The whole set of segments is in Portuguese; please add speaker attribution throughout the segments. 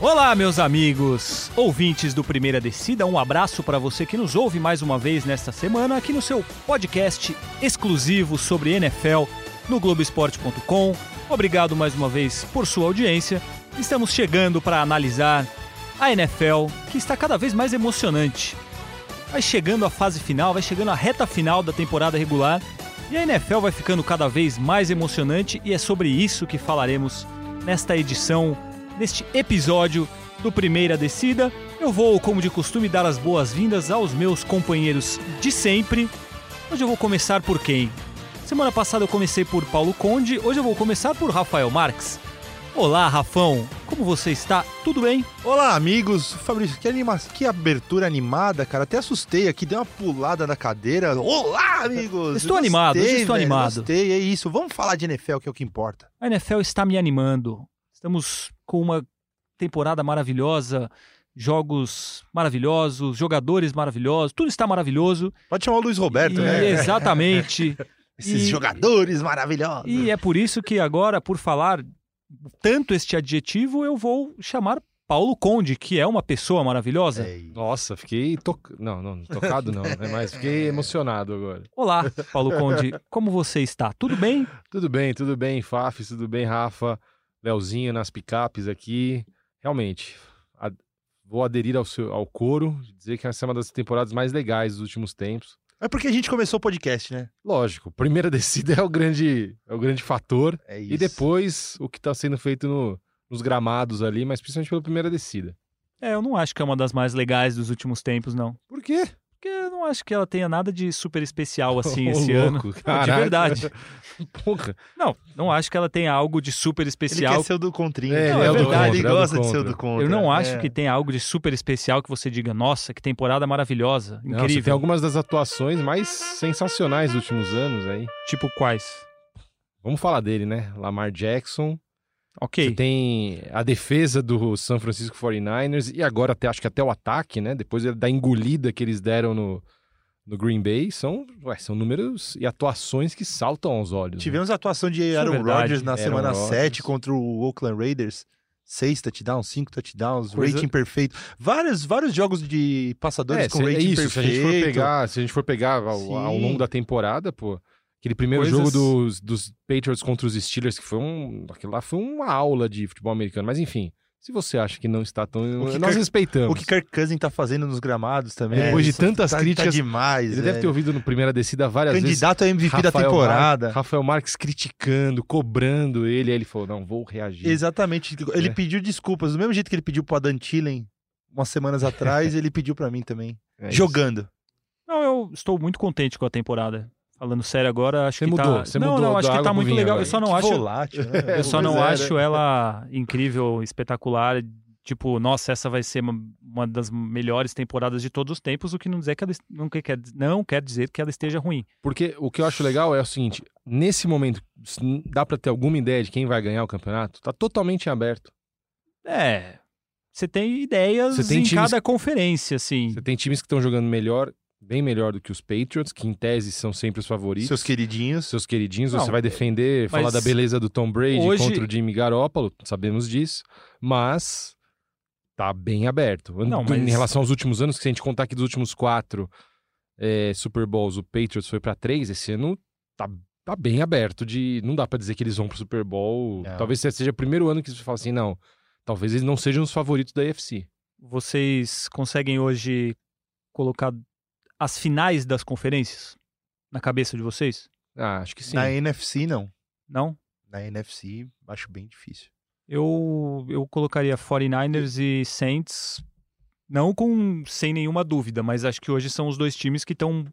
Speaker 1: Olá, meus amigos, ouvintes do Primeira Descida, um abraço para você que nos ouve mais uma vez nesta semana aqui no seu podcast exclusivo sobre NFL no Globoesporte.com. Obrigado mais uma vez por sua audiência. Estamos chegando para analisar a NFL, que está cada vez mais emocionante. Vai chegando a fase final, vai chegando a reta final da temporada regular e a NFL vai ficando cada vez mais emocionante e é sobre isso que falaremos nesta edição, neste episódio do Primeira Descida. Eu vou, como de costume, dar as boas-vindas aos meus companheiros de sempre. Hoje eu vou começar por quem? Semana passada eu comecei por Paulo Conde, hoje eu vou começar por Rafael Marques. Olá, Rafão, como você está? Tudo bem?
Speaker 2: Olá, amigos. Fabrício, que, anima... que abertura animada, cara. Até assustei aqui, dei uma pulada na cadeira. Olá, amigos.
Speaker 1: Estou animado, hoje estou animado.
Speaker 2: Gostei, é isso. Vamos falar de NFL, que é o que importa.
Speaker 1: A NFL está me animando. Estamos com uma temporada maravilhosa, jogos maravilhosos, jogadores maravilhosos, tudo está maravilhoso.
Speaker 2: Pode chamar o Luiz Roberto,
Speaker 1: E-
Speaker 2: né?
Speaker 1: Exatamente.
Speaker 2: Esses
Speaker 1: e-
Speaker 2: jogadores maravilhosos.
Speaker 1: e é por isso que agora, por falar tanto este adjetivo, eu vou chamar Paulo Conde, que é uma pessoa maravilhosa.
Speaker 2: É isso.
Speaker 3: Nossa, fiquei tocado. Não, não, tocado não, né? Mas fiquei emocionado agora.
Speaker 1: Olá, Paulo Conde, como você está? Tudo bem?
Speaker 3: Tudo bem, tudo bem, Fafis, tudo bem, Rafa, Leozinho nas picapes aqui. Realmente, a- vou aderir ao, seu, ao coro, dizer que essa é uma das temporadas mais legais dos últimos tempos.
Speaker 2: É porque a gente começou o podcast, né?
Speaker 3: Lógico, primeira descida é o grande, é o grande fator.
Speaker 2: É
Speaker 3: E depois, o que está sendo feito no- nos gramados ali, mas principalmente pela primeira descida.
Speaker 1: É, eu não acho que é uma das mais legais dos últimos tempos, não.
Speaker 3: Por quê?
Speaker 1: Porque eu não acho que ela tenha nada de super especial assim
Speaker 3: Ô,
Speaker 1: esse ano.
Speaker 3: louco,
Speaker 1: Não, de
Speaker 3: caraca.
Speaker 1: verdade.
Speaker 3: Porra.
Speaker 1: Não, não acho que ela tenha algo de super
Speaker 2: Ele
Speaker 1: especial
Speaker 2: quer ser o do Contrinho.
Speaker 3: É,
Speaker 1: ele é o do
Speaker 2: verdade,
Speaker 3: contra,
Speaker 2: ele
Speaker 3: é o do
Speaker 2: gosta de ser o
Speaker 3: contra.
Speaker 2: do Contra.
Speaker 1: Eu não acho
Speaker 2: É.
Speaker 1: que tem algo de super especial que você diga, nossa, que temporada maravilhosa,
Speaker 3: Nossa,
Speaker 1: incrível.
Speaker 3: tem algumas das atuações mais sensacionais dos últimos anos aí.
Speaker 1: Tipo quais?
Speaker 3: Vamos falar dele, né? Lamar Jackson. Você
Speaker 1: Ok.
Speaker 3: tem a defesa do San Francisco 49ers e agora até acho que até o ataque, né? Depois da engolida que eles deram no, no Green Bay, são, ué, são números e atuações que saltam aos olhos. né?
Speaker 2: Tivemos a atuação de
Speaker 1: é
Speaker 2: Aaron
Speaker 1: verdade.
Speaker 2: Rodgers na
Speaker 3: Aaron
Speaker 2: semana
Speaker 3: Rodgers.
Speaker 2: 7 contra o Oakland Raiders. Seis touchdowns, cinco touchdowns,
Speaker 3: Coisa-
Speaker 2: rating perfeito. Vários, vários jogos de passadores
Speaker 3: É,
Speaker 2: com
Speaker 3: se- é
Speaker 2: rating
Speaker 3: isso,
Speaker 2: perfeito.
Speaker 3: se a gente for pegar, se a gente for pegar ao, ao
Speaker 2: Sim.
Speaker 3: longo da temporada, pô, aquele primeiro
Speaker 1: Coisas-
Speaker 3: jogo dos, dos Patriots contra os Steelers, que foi um, aquilo lá foi uma aula de futebol americano, mas enfim, se você acha que não está tão,
Speaker 2: O que
Speaker 3: nós
Speaker 2: Kirk-
Speaker 3: respeitamos.
Speaker 2: O que Kirk Cousins tá fazendo nos gramados também.
Speaker 3: É, Depois de
Speaker 2: isso
Speaker 3: tantas
Speaker 2: tá- tá
Speaker 3: críticas,
Speaker 2: demais,
Speaker 3: Ele deve ter
Speaker 2: velho.
Speaker 3: ouvido no primeira descida várias vezes.
Speaker 2: Candidato a MVP da
Speaker 3: Rafael
Speaker 2: temporada.
Speaker 3: Mar- Rafael Marques criticando, cobrando ele, aí ele falou: "Não, vou reagir".
Speaker 2: Exatamente. Ele
Speaker 3: É.
Speaker 2: pediu desculpas. Do mesmo jeito que ele pediu pro Adam Thielen umas semanas atrás, ele pediu pra mim também.
Speaker 3: É isso.
Speaker 2: Jogando.
Speaker 1: Não, eu estou muito contente com a temporada. Falando sério agora, acho
Speaker 3: Você
Speaker 1: que tá...
Speaker 3: mudou, você
Speaker 1: não,
Speaker 3: mudou
Speaker 1: não,
Speaker 3: da
Speaker 1: acho que
Speaker 3: água
Speaker 1: tá
Speaker 3: pro
Speaker 1: muito
Speaker 3: vinho
Speaker 1: legal. Eu
Speaker 3: agora.
Speaker 1: só não
Speaker 2: Que
Speaker 1: acho,
Speaker 2: Volátil, né?
Speaker 1: eu só não
Speaker 2: Pois é,
Speaker 1: acho
Speaker 2: né?
Speaker 1: ela incrível, espetacular, tipo, nossa, essa vai ser uma, uma das melhores temporadas de todos os tempos, o que não dizer que ela est- não que- quer, não quer dizer que ela esteja ruim.
Speaker 3: Porque o que eu acho legal é o seguinte, nesse momento s- dá pra ter alguma ideia de quem vai ganhar o campeonato? Tá totalmente em aberto.
Speaker 1: É. Você tem ideias
Speaker 3: Você tem
Speaker 1: em
Speaker 3: times-
Speaker 1: cada conferência, assim.
Speaker 3: Você tem times que estão jogando melhor, bem melhor do que os Patriots, que em tese são sempre os favoritos.
Speaker 2: Seus
Speaker 3: Seus,
Speaker 2: queridinhos.
Speaker 3: queridinhos,
Speaker 1: Não,
Speaker 3: você vai defender,
Speaker 1: mas
Speaker 3: falar da beleza do Tom Brady
Speaker 1: hoje-
Speaker 3: contra o Jimmy Garoppolo, sabemos disso, mas tá bem aberto.
Speaker 1: Não,
Speaker 3: Em-
Speaker 1: mas-
Speaker 3: Em relação aos últimos anos, que se a gente contar que dos últimos quatro é, Super Bowls, o Patriots foi pra três, esse ano tá, tá bem aberto. de Não dá pra dizer que eles vão pro Super Bowl.
Speaker 1: É.
Speaker 2: Não.
Speaker 3: Talvez seja o primeiro ano que você fala assim, não, talvez eles não sejam os favoritos da AFC.
Speaker 1: Vocês conseguem hoje colocar as finais das conferências na cabeça de vocês?
Speaker 3: Ah, acho que sim.
Speaker 2: Na NFC, não.
Speaker 1: Não?
Speaker 2: Na NFC, acho bem difícil.
Speaker 1: Eu, eu colocaria 49ers e Saints, não com sem nenhuma dúvida, mas acho que hoje são os dois times que estão.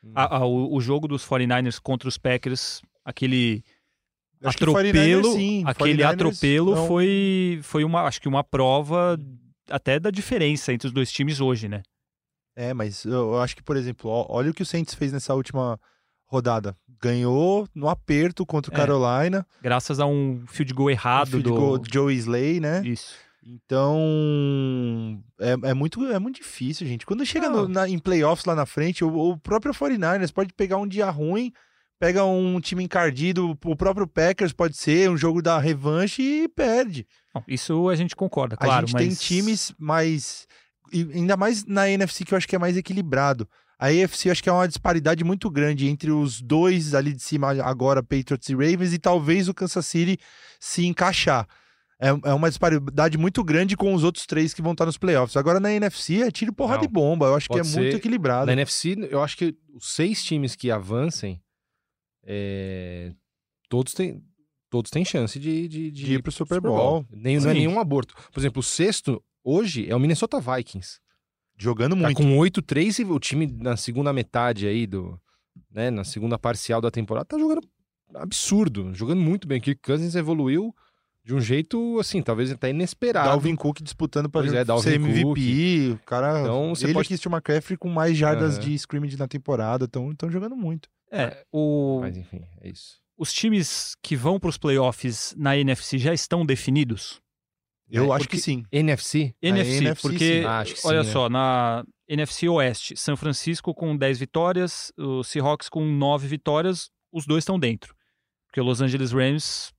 Speaker 3: Hum.
Speaker 1: a- a- o, o jogo dos 49ers contra os Packers, aquele
Speaker 2: Eu acho que 49ers,
Speaker 1: atropelo,
Speaker 2: sim.
Speaker 1: aquele
Speaker 2: 49ers,
Speaker 1: atropelo
Speaker 2: não.
Speaker 1: foi, foi uma, acho que uma prova até da diferença entre os dois times hoje, né?
Speaker 2: É, mas eu eu acho que, por exemplo, ó, olha o que o Saints fez nessa última rodada. Ganhou no aperto contra o
Speaker 1: É.
Speaker 2: Carolina.
Speaker 1: Graças a um field goal errado
Speaker 2: field
Speaker 1: do
Speaker 2: goal de Joe Slay, né?
Speaker 1: Isso.
Speaker 2: Então, é, é muito, é muito difícil, gente. Quando chega
Speaker 1: Não.
Speaker 2: no- na- em playoffs lá na frente, o, o próprio 49ers pode pegar um dia ruim, Pega um time encardido, o próprio Packers pode ser, um jogo da revanche e perde.
Speaker 1: Não, isso a gente concorda, claro.
Speaker 2: a gente
Speaker 1: mas...
Speaker 2: tem times mais. e Ainda mais na NFC, que eu acho que é mais equilibrado. A AFC eu acho que é uma disparidade muito grande entre os dois ali de cima, agora Patriots e Ravens, e talvez o Kansas City se encaixar. É, é uma disparidade muito grande com os outros três que vão estar nos playoffs. Agora na NFC é tiro, porrada
Speaker 3: Não,
Speaker 2: e bomba. Eu acho que é
Speaker 3: pode
Speaker 2: muito
Speaker 3: ser-
Speaker 2: equilibrado.
Speaker 3: Na NFC, eu acho que os seis times que avancem, é, todos têm todos têm chance de, de,
Speaker 2: De ir pro Super Bowl.
Speaker 3: Nem, não é
Speaker 1: Sim.
Speaker 3: nenhum aborto. Por exemplo, o sexto, hoje, é o Minnesota Vikings.
Speaker 2: Jogando
Speaker 3: Tá
Speaker 2: muito.
Speaker 3: com 8-3 e o time na segunda metade aí do... Né, na segunda parcial da temporada, tá jogando absurdo. Jogando muito bem. Que Cousins evoluiu de um jeito, assim, talvez até inesperado.
Speaker 2: Dalvin Cook disputando para
Speaker 3: Pois é, Dalvin
Speaker 2: ser MVP, o cara.
Speaker 3: Então, você
Speaker 2: ele
Speaker 3: pode-
Speaker 2: pode... Christian McCaffrey com mais jardas
Speaker 3: Aham.
Speaker 2: de scrimmage na temporada, estão jogando muito.
Speaker 1: É, o-
Speaker 3: Mas enfim, é isso.
Speaker 1: os times que vão para os playoffs na NFC já estão definidos?
Speaker 2: Eu
Speaker 3: É,
Speaker 2: acho
Speaker 3: porque-
Speaker 2: que sim.
Speaker 3: NFC?
Speaker 2: Na
Speaker 1: NFC,
Speaker 2: NFC,
Speaker 1: porque
Speaker 2: sim.
Speaker 3: Ah, acho que
Speaker 1: olha
Speaker 3: sim, né?
Speaker 1: só, na NFC Oeste, São Francisco com 10 vitórias, o Seahawks com 9 vitórias, os dois estão dentro. Porque o Los Angeles Rams,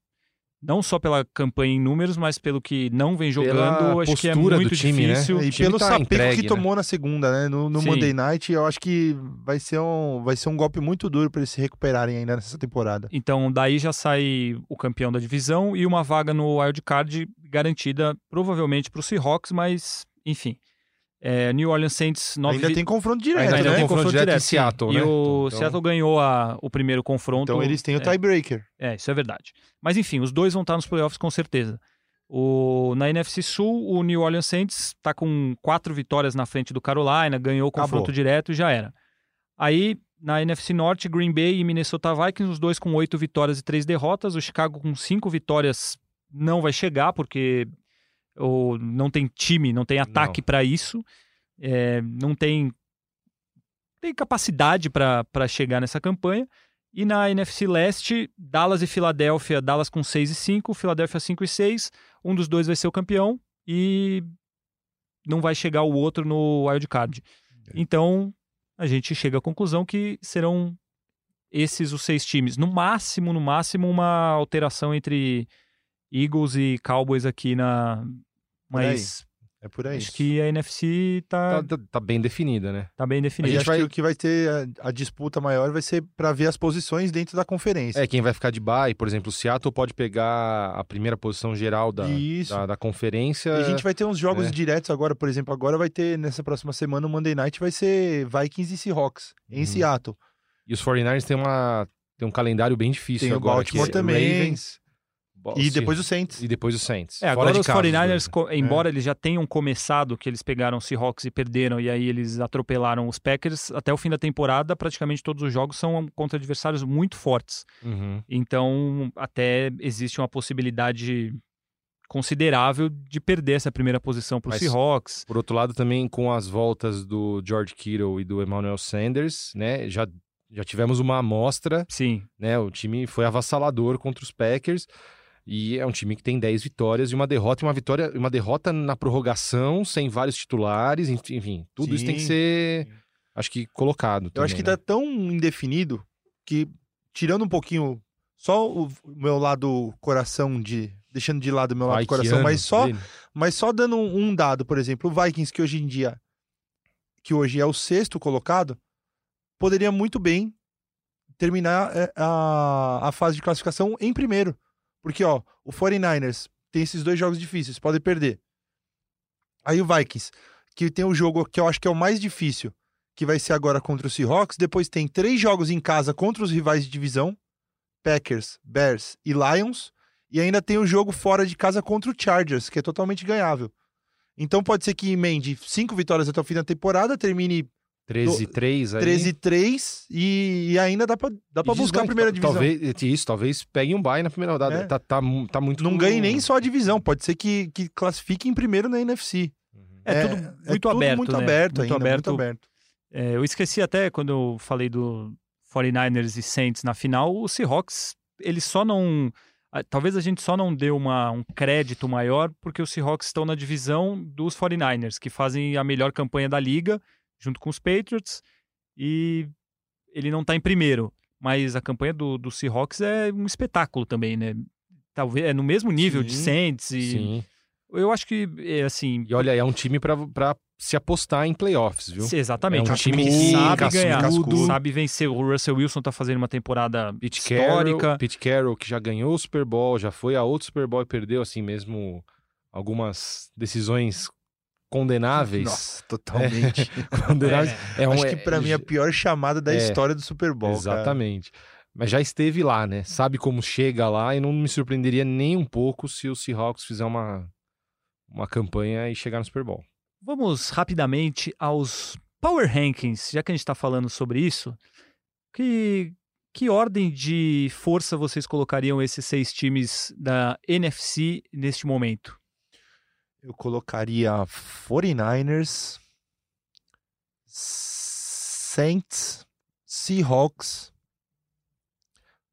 Speaker 1: não só pela campanha em números, mas pelo que não vem jogando, acho que é
Speaker 3: postura do
Speaker 1: muito
Speaker 3: time, né?
Speaker 1: difícil.
Speaker 2: E
Speaker 3: time
Speaker 2: pelo
Speaker 3: tá
Speaker 2: sapeco
Speaker 3: entregue,
Speaker 2: que
Speaker 3: né?
Speaker 2: tomou na segunda, né? No, no
Speaker 1: Sim.
Speaker 2: Monday Night, eu acho que vai ser um, vai ser um golpe muito duro para eles se recuperarem ainda nessa temporada.
Speaker 1: Então, daí já sai o campeão da divisão e uma vaga no wild card garantida, provavelmente para o Seahawks, mas enfim. É, New Orleans Saints, 9
Speaker 2: ainda tem confronto direto,
Speaker 3: Ainda
Speaker 1: Ainda
Speaker 2: né?
Speaker 1: tem
Speaker 3: confronto
Speaker 1: confronto
Speaker 3: direto em
Speaker 1: direto,
Speaker 3: Seattle,
Speaker 1: E
Speaker 3: né?
Speaker 1: o
Speaker 3: Então-
Speaker 1: Seattle ganhou a- o primeiro confronto.
Speaker 2: Então eles têm o
Speaker 1: é.
Speaker 2: tiebreaker.
Speaker 1: É, isso é verdade. Mas enfim, os dois vão estar nos playoffs com certeza. O, na NFC Sul, o New Orleans Saints está com quatro vitórias na frente do Carolina, ganhou o confronto
Speaker 2: Acabou.
Speaker 1: direto e já era. Aí, na NFC Norte, Green Bay e Minnesota Vikings, os dois com oito vitórias e três derrotas. O Chicago com cinco vitórias não vai chegar, porque o, não tem time, não tem ataque para isso. É, não tem, tem capacidade para chegar nessa campanha. E na NFC Leste, Dallas e Filadélfia, Dallas com 6 e 5, Filadélfia 5 e 6, um dos dois vai ser o campeão e não vai chegar o outro no wild card.
Speaker 3: É.
Speaker 1: Então, a gente chega à conclusão que serão esses os seis times, no máximo, no máximo uma alteração entre Eagles e Cowboys aqui na
Speaker 2: Por aí,
Speaker 1: mas
Speaker 2: É por aí.
Speaker 1: acho que a NFC tá,
Speaker 2: Ah.
Speaker 3: Tá, tá- tá bem definida, né?
Speaker 1: tá bem
Speaker 2: E
Speaker 3: a
Speaker 1: definida.
Speaker 3: gente
Speaker 2: acho
Speaker 3: vai-
Speaker 2: que o que vai ter a, a disputa maior vai ser para ver as posições dentro da conferência.
Speaker 3: É, quem vai ficar de bye, por exemplo, o Seattle pode pegar a primeira posição geral da,
Speaker 2: Isso.
Speaker 3: da, da conferência.
Speaker 2: E a gente vai ter uns jogos
Speaker 3: É.
Speaker 2: diretos agora, por exemplo, agora vai ter, nessa próxima semana, o Monday Night vai ser Vikings e Seahawks, em
Speaker 3: Uhum.
Speaker 2: Seattle.
Speaker 3: E os 49ers têm, uma, têm um calendário bem difícil
Speaker 2: Tem o
Speaker 3: agora.
Speaker 2: Baltimore
Speaker 3: que é
Speaker 2: também.
Speaker 3: Ravens, Bo-
Speaker 2: E
Speaker 3: Se-
Speaker 2: depois o Saints.
Speaker 3: e depois o Saints.
Speaker 1: É,
Speaker 3: Fora
Speaker 1: agora
Speaker 3: de
Speaker 1: os
Speaker 3: casa,
Speaker 1: 49ers,
Speaker 3: dois, né?
Speaker 1: co- embora eles já tenham começado, que eles pegaram o Seahawks e perderam, e aí eles atropelaram os Packers, até o fim da temporada, praticamente todos os jogos são contra adversários muito fortes.
Speaker 3: Uhum.
Speaker 1: Então, até existe uma possibilidade considerável de perder essa primeira posição para o
Speaker 3: Mas-
Speaker 1: Seahawks.
Speaker 3: Por outro lado, também com as voltas do George Kittle e do Emmanuel Sanders, né? Já, já tivemos uma amostra
Speaker 1: Sim,
Speaker 3: né? O time foi avassalador contra os Packers e é um time que tem 10 vitórias e uma derrota, e uma vitória, e uma derrota na prorrogação, sem vários titulares, enfim, enfim, tudo isso tem que
Speaker 2: Sim.
Speaker 3: ser acho que colocado né?
Speaker 2: Eu acho que tá tão indefinido que, tirando um pouquinho, só o o meu lado coração de. Deixando de lado o meu lado coração, mas só, mas só dando um, um dado, por exemplo, o Vikings, que hoje em dia. Que hoje é o sexto colocado, poderia muito bem terminar é, a, a fase de classificação em primeiro. Porque, ó, o 49ers tem esses dois jogos difíceis, pode perder. Aí o Vikings, que tem o jogo que eu acho que é o mais difícil, que vai ser agora contra o Seahawks. Depois tem três jogos em casa contra os rivais de divisão: Packers, Bears e Lions. E ainda tem o jogo fora de casa contra o Chargers, que é totalmente ganhável. Então pode ser que emende cinco vitórias até o fim da temporada, termine
Speaker 3: 13 3 aí.
Speaker 2: 13 e 3 e, e ainda dá pra, dá pra
Speaker 3: E
Speaker 2: buscar
Speaker 3: desbanca,
Speaker 2: a primeira
Speaker 3: ta-
Speaker 2: divisão.
Speaker 3: Talvez, é, isso, talganhe pegue um bye na primeira rodada.
Speaker 2: É.
Speaker 3: Tá, tá, mu- tá muito
Speaker 2: Não ganhe nem só a divisão, pode ser que, que classifique em primeiro na NFC.
Speaker 3: Uhum.
Speaker 1: É tudo muito
Speaker 2: tudo
Speaker 1: aberto,
Speaker 2: muito
Speaker 1: né?
Speaker 2: aberto
Speaker 1: Muito
Speaker 2: ainda,
Speaker 1: aberto.
Speaker 2: muito aberto.
Speaker 1: É, eu esqueci até quando eu falei do 49ers e Saints na final, o Seahawks, ele só não. ah, Talvez a gente só não dê uma, um crédito maior, porque os Seahawks estão na divisão dos 49ers, que fazem a melhor campanha da liga, junto com os Patriots, e ele não está em primeiro. Mas a campanha do, do Seahawks é um espetáculo também, né? Talvez é no mesmo nível
Speaker 2: Sim,
Speaker 1: de Saints e
Speaker 3: Sim.
Speaker 1: eu acho que é assim,
Speaker 3: E olha, é um time pra, pra se apostar em playoffs, viu?
Speaker 1: se- exatamente,
Speaker 3: É um
Speaker 1: um time que
Speaker 3: time
Speaker 1: sabe
Speaker 3: cascudo,
Speaker 1: ganhar,
Speaker 2: cascudo.
Speaker 1: sabe vencer. O Russell Wilson tá fazendo uma temporada
Speaker 3: Pete
Speaker 1: histórica.
Speaker 3: Carroll, Pete Carroll, que já ganhou o Super Bowl, já foi a outro Super Bowl e perdeu, assim mesmo, algumas decisões condenáveis.
Speaker 2: Nossa, totalmente.
Speaker 3: Condenáveis. É um-
Speaker 2: Acho que
Speaker 3: é-
Speaker 2: pra mim é a pior chamada da
Speaker 3: É.
Speaker 2: história do Super Bowl, cara.
Speaker 3: Exatamente. Mas já esteve lá, né? Sabe como chega lá e não me surpreenderia nem um pouco se o Seahawks fizer uma, uma campanha e chegar no Super Bowl.
Speaker 1: Vamos rapidamente aos Power Rankings, já que a gente está falando sobre isso. Que, que ordem de força vocês colocariam esses seis times da NFC neste momento?
Speaker 2: Eu colocaria 49ers, Saints, Seahawks,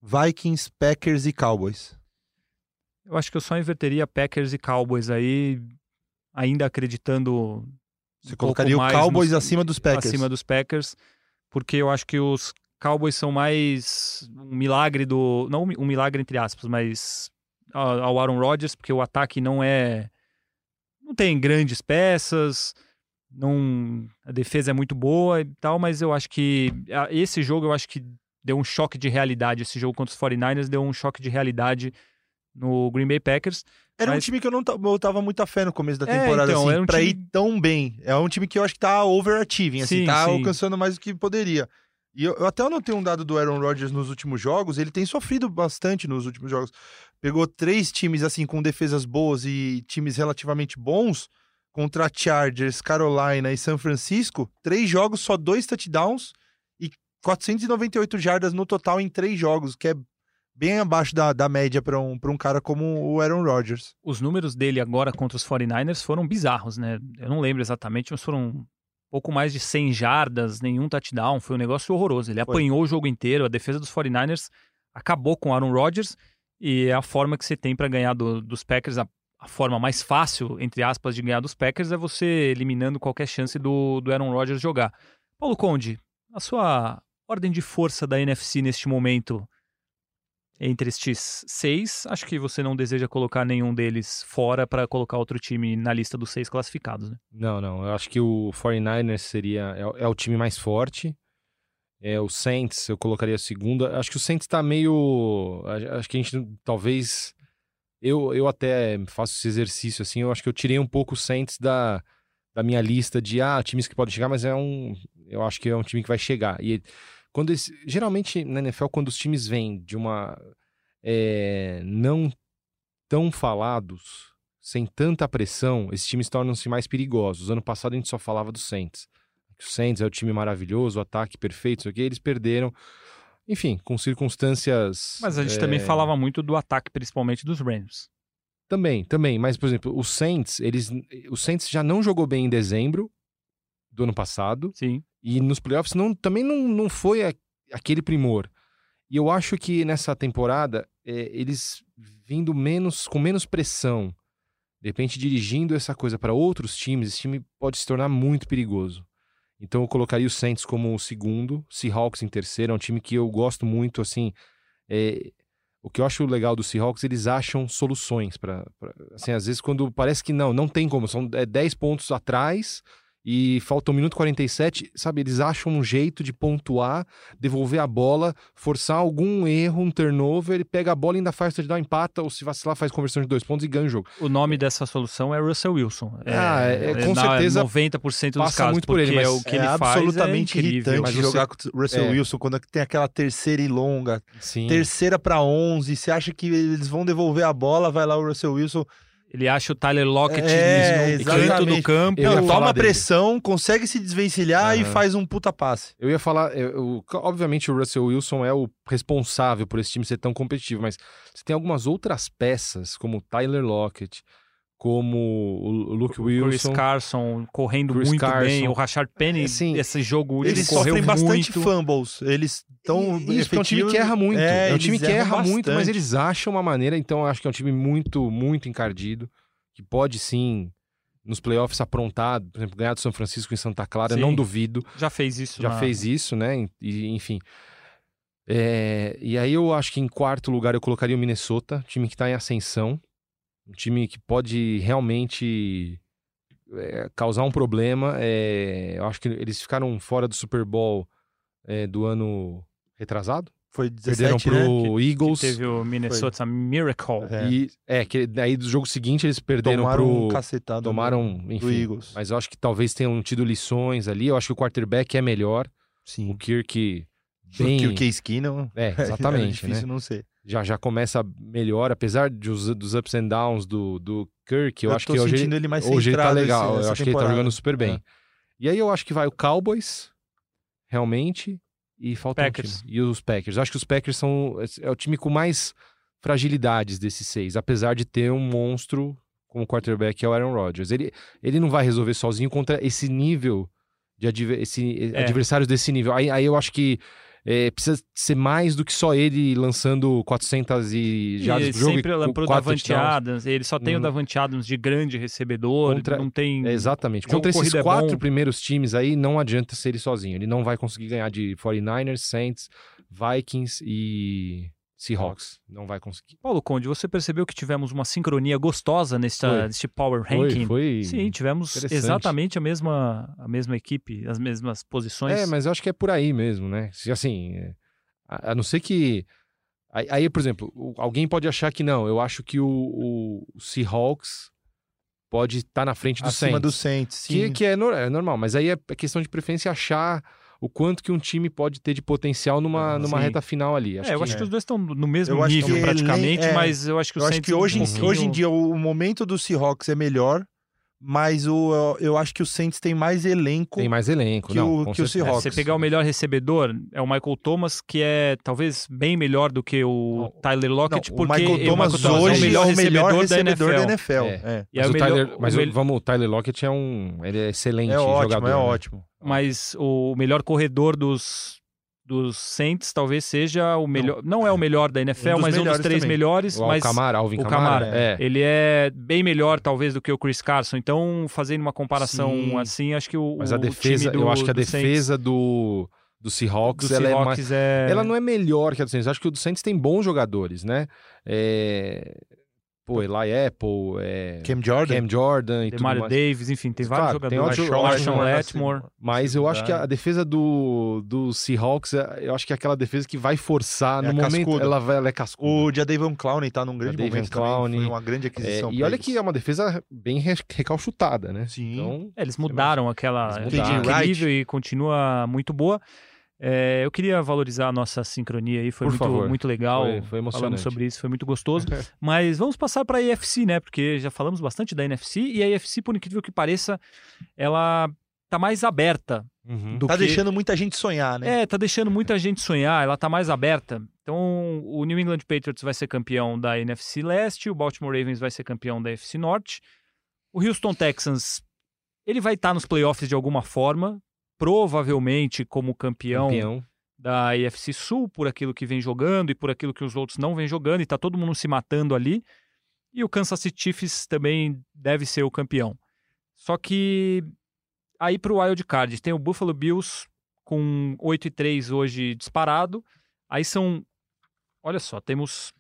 Speaker 2: Vikings, Packers e Cowboys.
Speaker 1: Eu acho que eu só inverteria Packers e Cowboys aí, ainda acreditando
Speaker 2: Você
Speaker 1: Um pouco
Speaker 2: colocaria o
Speaker 1: mais
Speaker 2: Cowboys
Speaker 1: nos-
Speaker 2: acima dos Packers.
Speaker 1: acima dos Packers, porque eu acho que os Cowboys são mais um milagre do. Não um milagre entre aspas, mas a- ao Aaron Rodgers, porque o ataque não é. Não tem grandes peças, não, a defesa é muito boa e tal, mas eu acho que a- esse jogo eu acho que deu um choque de realidade. Esse jogo contra os 49ers deu um choque de realidade no Green Bay Packers.
Speaker 2: Era um
Speaker 1: Mas-
Speaker 2: time que eu não ta- botava muita fé no começo da
Speaker 1: É,
Speaker 2: temporada,
Speaker 1: então,
Speaker 2: assim,
Speaker 1: era um
Speaker 2: pra
Speaker 1: time-
Speaker 2: ir tão bem. É um time que eu acho que tá overachieving, assim,
Speaker 1: Sim,
Speaker 2: tá
Speaker 1: sim.
Speaker 2: alcançando mais do que poderia. E eu, eu até anotei um dado do Aaron Rodgers nos últimos jogos, ele tem sofrido bastante nos últimos jogos. Pegou três times, assim, com defesas boas e times relativamente bons, contra Chargers, Carolina e San Francisco, três jogos, só dois touchdowns e 498 jardas no total em três jogos, que é bem abaixo da, da média pra um, pra um cara como o Aaron Rodgers.
Speaker 1: os números dele agora contra os 49ers foram bizarros, né? Eu não lembro exatamente, mas foram pouco mais de 100 jardas, nenhum touchdown, foi um negócio horroroso. Ele
Speaker 2: Foi.
Speaker 1: apanhou o jogo inteiro, a defesa dos 49ers acabou com o Aaron Rodgers e é a forma que você tem para ganhar do- dos Packers, a, a forma mais fácil, entre aspas, de ganhar dos Packers é você eliminando qualquer chance do, do Aaron Rodgers jogar. Paulo Conde, a sua ordem de força da NFC neste momento, entre estes seis, acho que você não deseja colocar nenhum deles fora para colocar outro time na lista dos seis classificados, né?
Speaker 3: Não, não. Eu acho que o 49ers seria. É, o- é o time mais forte. É, o Saints, eu colocaria a segunda. Acho que o Saints tá meio. a- Acho que a gente não- talvez. Eu, eu até faço esse exercício assim. Eu acho que eu tirei um pouco o Saints da, da minha lista de ah, times que podem chegar, mas é um. Eu acho que é um time que vai chegar. E quando esse- geralmente na NFL, quando os times vêm de uma. é, não tão falados sem tanta pressão, esses times tornam-se mais perigosos. Ano passado a gente só falava do Saints. O Saints é o time maravilhoso, o ataque perfeito, isso aqui. Eles perderam, enfim, com circunstâncias.
Speaker 1: Mas a gente
Speaker 3: eh,
Speaker 1: também falava muito do ataque, principalmente dos Rams.
Speaker 3: Também, também. Mas, por exemplo, o Saints, eles, o Saints já não jogou bem em dezembro do ano passado.
Speaker 1: Sim.
Speaker 3: E nos playoffs não, também não, não foi a- aquele primor. E eu acho que nessa temporada, é, eles vindo menos com menos pressão, de repente dirigindo essa coisa para outros times, esse time pode se tornar muito perigoso. Então eu colocaria o Saints como o segundo, Seahawks em terceiro, é um time que eu gosto muito, assim, é, o que eu acho legal do Seahawks, eles acham soluções para assim, às vezes quando parece que não, não tem como, são é, 10 pontos atrás, e falta 1 minuto e 47, sabe? Eles acham um jeito de pontuar, devolver a bola, forçar algum erro, um turnover, ele pega a bola e ainda faz touchdown, empata, ou se vacilar, faz conversão de dois pontos e ganha o jogo.
Speaker 1: O nome dessa solução é Russell Wilson.
Speaker 3: Ah, é- é- com
Speaker 1: na
Speaker 3: certeza
Speaker 1: 90% dos
Speaker 3: passa
Speaker 1: casos,
Speaker 3: muito por
Speaker 1: porque
Speaker 3: ele, mas
Speaker 1: é o que
Speaker 2: é
Speaker 1: ele faz
Speaker 2: absolutamente
Speaker 1: é incrível.
Speaker 2: irritante
Speaker 3: Mas você-
Speaker 2: jogar com o Russell
Speaker 3: é.
Speaker 2: Wilson quando tem aquela terceira e longa,
Speaker 3: Sim.
Speaker 2: terceira pra 11, você acha que eles vão devolver a bola, vai lá o Russell Wilson,
Speaker 1: Ele acha o Tyler Lockett
Speaker 2: É,
Speaker 1: no canto do
Speaker 2: exatamente.
Speaker 1: campo.
Speaker 3: Eu ia
Speaker 2: não,
Speaker 3: falar
Speaker 2: toma
Speaker 3: dele.
Speaker 2: pressão, consegue se desvencilhar e
Speaker 3: Aham.
Speaker 2: faz um puta passe.
Speaker 3: Eu ia falar, eu- eu- obviamente o Russell Wilson é o responsável por esse time ser tão competitivo, mas você tem algumas outras peças, como o Tyler Lockett, como o o Luke
Speaker 1: Chris
Speaker 3: Wilson.
Speaker 1: Carson correndo
Speaker 3: Chris
Speaker 1: muito bem.
Speaker 3: Carson.
Speaker 1: O Rashard Penny,
Speaker 3: Assim,
Speaker 1: esse jogo último,
Speaker 2: Eles
Speaker 1: correu
Speaker 2: sofrem bastante
Speaker 1: muito.
Speaker 2: fumbles, eles estão
Speaker 3: Isso, porque é um time que erra muito. É, um time que erra muito, mas eles acham uma maneira. Então, eu acho que é um time muito, muito encardido, que pode sim, nos playoffs, aprontar, por exemplo, ganhar do São Francisco em Santa Clara,
Speaker 1: Sim.
Speaker 3: não duvido.
Speaker 1: Já fez isso.
Speaker 3: Já
Speaker 1: na-
Speaker 3: fez isso, né? E, enfim. É, e aí eu acho que em quarto lugar eu colocaria o Minnesota, time que está em ascensão, um time que pode realmente é, causar um problema. É, eu acho que eles ficaram fora do Super Bowl é, do ano retrasado.
Speaker 2: Foi 17,
Speaker 3: Perderam pro
Speaker 2: né?
Speaker 1: Que-
Speaker 3: Eagles.
Speaker 1: Que teve o Minnesota Miracle.
Speaker 2: É.
Speaker 3: E, é, que daí do jogo seguinte eles
Speaker 2: Que
Speaker 3: perderam
Speaker 2: tomaram um
Speaker 3: pro.
Speaker 2: cacetado
Speaker 3: Tomaram,
Speaker 2: do
Speaker 3: enfim.
Speaker 2: Eagles.
Speaker 3: Mas eu acho que talvez tenham tido lições ali. Eu acho que o quarterback é melhor. O
Speaker 2: Sim.
Speaker 3: um Kirk. Bem...
Speaker 2: Porque o Case não
Speaker 3: É,
Speaker 2: é
Speaker 3: exatamente, né?
Speaker 2: difícil não ser.
Speaker 3: Já, já começa melhor, apesar de os- dos ups and downs do, do Kirk, eu, acho
Speaker 2: tô
Speaker 3: que hoje,
Speaker 2: sentindo
Speaker 3: ele-
Speaker 2: ele mais
Speaker 3: hoje ele tá
Speaker 2: centrado esse-
Speaker 3: legal, eu
Speaker 2: essa
Speaker 3: acho que ele tá
Speaker 2: temporada.
Speaker 3: jogando super bem.
Speaker 2: É.
Speaker 3: E aí eu acho que vai o Cowboys, realmente, e falta um
Speaker 1: Packers.
Speaker 3: time. E os Packers. Eu acho que os Packers são é o time com mais fragilidades desses seis, apesar de ter um monstro como quarterback que é o Aaron Rodgers. Ele, ele não vai resolver sozinho contra esse nível de adver- esse- eh,
Speaker 1: É.
Speaker 3: adversários desse nível. Aí, aí eu acho que é, precisa ser mais do que só ele lançando 400 e jardas
Speaker 1: e
Speaker 3: por jogo.
Speaker 1: sempre
Speaker 3: e,
Speaker 1: ela-
Speaker 3: com
Speaker 1: pro
Speaker 3: quatro
Speaker 1: Davante
Speaker 3: touchdowns.
Speaker 1: Adams, ele só tem
Speaker 3: Uhum.
Speaker 1: o Davante Adams de grande recebedor,
Speaker 3: Contra-
Speaker 1: não tem...
Speaker 3: É, exatamente.
Speaker 1: Uhum. Jogo
Speaker 3: Contra esses
Speaker 1: corrido é
Speaker 3: quatro
Speaker 1: bom.
Speaker 3: primeiros times aí, não adianta ser ele sozinho. Ele não vai conseguir ganhar de 49ers, Saints, Vikings e Seahawks. Não vai conseguir.
Speaker 1: Paulo Conde, você percebeu que tivemos uma sincronia gostosa nesta,
Speaker 3: Foi.
Speaker 1: neste Power Ranking?
Speaker 3: foi.
Speaker 1: Sim, tivemos
Speaker 3: Interessante.
Speaker 1: exatamente a mesma, a mesma equipe, as mesmas posições.
Speaker 3: É, mas eu acho que é por aí mesmo, né? Se, Assim, é, a, a não ser que. Aí, aí, por exemplo, o- alguém pode achar que não. Eu acho que o, o- o Seahawks pode estar na frente do
Speaker 2: Acima
Speaker 3: Saints.
Speaker 2: do Saints,
Speaker 3: Que,
Speaker 2: sim.
Speaker 3: que é, nor- é normal, mas aí é questão de preferência achar o quanto que um time pode ter de potencial numa,
Speaker 2: Ah,
Speaker 3: numa
Speaker 1: sim.
Speaker 3: reta final ali.
Speaker 1: É, eu acho que os dois estão no mesmo
Speaker 2: Eu acho
Speaker 1: nível
Speaker 2: que
Speaker 1: praticamente,
Speaker 2: ele- é,
Speaker 1: mas eu acho que o
Speaker 2: Eu acho
Speaker 1: Saints
Speaker 2: que hoje,
Speaker 1: um
Speaker 2: em-
Speaker 1: pouquinho-
Speaker 2: hoje em dia o momento do Seahawks é melhor, mas o, eu acho que o Saints tem mais elenco.
Speaker 3: é. tem mais elenco.
Speaker 2: que
Speaker 3: não,
Speaker 2: o-
Speaker 3: com
Speaker 2: que o
Speaker 3: certeza.
Speaker 1: É,
Speaker 2: Seahawks.
Speaker 1: se você pegar o melhor recebedor, é o Michael Thomas, que é talvez bem melhor do que o Tyler
Speaker 2: Não,
Speaker 1: Lockett,
Speaker 2: o
Speaker 1: porque
Speaker 2: Michael Thomas
Speaker 1: o Michael Thomas
Speaker 2: hoje é o melhor recebedor, da
Speaker 1: NFL.
Speaker 2: NFL. É,
Speaker 1: E
Speaker 3: Mas,
Speaker 1: é
Speaker 3: o,
Speaker 1: melhor-
Speaker 3: Tyler, mas
Speaker 1: o
Speaker 3: o-
Speaker 1: mel-
Speaker 3: vamos, o Tyler Lockett é um. Ele é excelente
Speaker 2: É ótimo,
Speaker 3: jogador.
Speaker 2: é
Speaker 3: né?
Speaker 2: ótimo.
Speaker 1: mas o melhor corredor dos, dos Saints talvez seja o melhor. Não, é o melhor da NFL,
Speaker 2: dos
Speaker 1: mas um dos
Speaker 2: melhores
Speaker 1: três
Speaker 2: também.
Speaker 1: melhores.
Speaker 3: O
Speaker 1: mas
Speaker 3: Alcamara, Alvin
Speaker 1: o Camara,
Speaker 3: Camara. é.
Speaker 1: ele é bem melhor, talvez, do que o Chris Carson. Então, fazendo uma comparação
Speaker 2: Sim.
Speaker 1: assim, acho que o.
Speaker 3: Mas a
Speaker 1: o time
Speaker 3: defesa,
Speaker 1: do-
Speaker 3: eu acho que a
Speaker 1: do Saints-
Speaker 3: defesa do, do Seahawks,
Speaker 1: do
Speaker 3: ela é mais.
Speaker 1: Seahawks é.
Speaker 3: Ela não é melhor que a do Saints. Eu Acho que o do Saints tem bons jogadores, né? É... Pô, Eli Apple, é...
Speaker 2: Cam Jordan.
Speaker 3: Cam Jordan e tudo
Speaker 1: Demario
Speaker 3: mais.
Speaker 1: Davis, enfim, tem vários
Speaker 3: Claro, tem
Speaker 1: jogadores.
Speaker 3: ótimo-
Speaker 1: Marshawn
Speaker 3: ótimo-
Speaker 2: é
Speaker 1: Letmore.
Speaker 3: Mas eu acho que a defesa do, do Seahawks, é- eu acho que é aquela defesa que vai forçar
Speaker 2: É
Speaker 3: no
Speaker 2: a
Speaker 3: momento.
Speaker 2: cascuda.
Speaker 3: Ela, vai, ela é cascuda.
Speaker 2: O Jadavion Clowney tá num grande
Speaker 3: Jadavion
Speaker 2: momento
Speaker 3: Clowney.
Speaker 2: também. Foi uma grande
Speaker 3: É,
Speaker 2: aquisição.
Speaker 3: e
Speaker 2: pra
Speaker 3: olha
Speaker 2: eles.
Speaker 3: que é uma defesa bem re- recalchutada, né?
Speaker 2: Sim.
Speaker 3: Então,
Speaker 1: É, eles mudaram aquela
Speaker 3: Eles
Speaker 1: aquele
Speaker 3: mudaram.
Speaker 1: nível e continua muito boa. É, eu queria valorizar a nossa sincronia aí, foi
Speaker 3: Por
Speaker 1: muito,
Speaker 3: favor.
Speaker 1: muito legal.
Speaker 3: foi, foi
Speaker 1: Falamos
Speaker 3: emocionante.
Speaker 1: sobre isso, foi muito gostoso. Mas vamos passar para a EFC, né? Porque já falamos bastante da NFC e a EFC, por incrível que pareça, ela tá mais aberta
Speaker 3: Uhum.
Speaker 1: do
Speaker 2: Tá
Speaker 1: que...
Speaker 2: deixando muita gente sonhar, né?
Speaker 1: É, tá deixando muita gente sonhar, ela tá mais aberta. Então, o New England Patriots vai ser campeão da NFC Leste, o Baltimore Ravens vai ser campeão da NFC Norte. O Houston Texans, ele vai estar nos playoffs de alguma forma, provavelmente como campeão,
Speaker 3: Campeão.
Speaker 1: da AFC Sul por aquilo que vem jogando e por aquilo que os outros não vêm jogando, e tá todo mundo se matando ali. E o Kansas City Chiefs também deve ser o campeão. Só que aí pro Wild Card tem o Buffalo Bills com 8 e 3 hoje disparado. Aí são Olha só, temos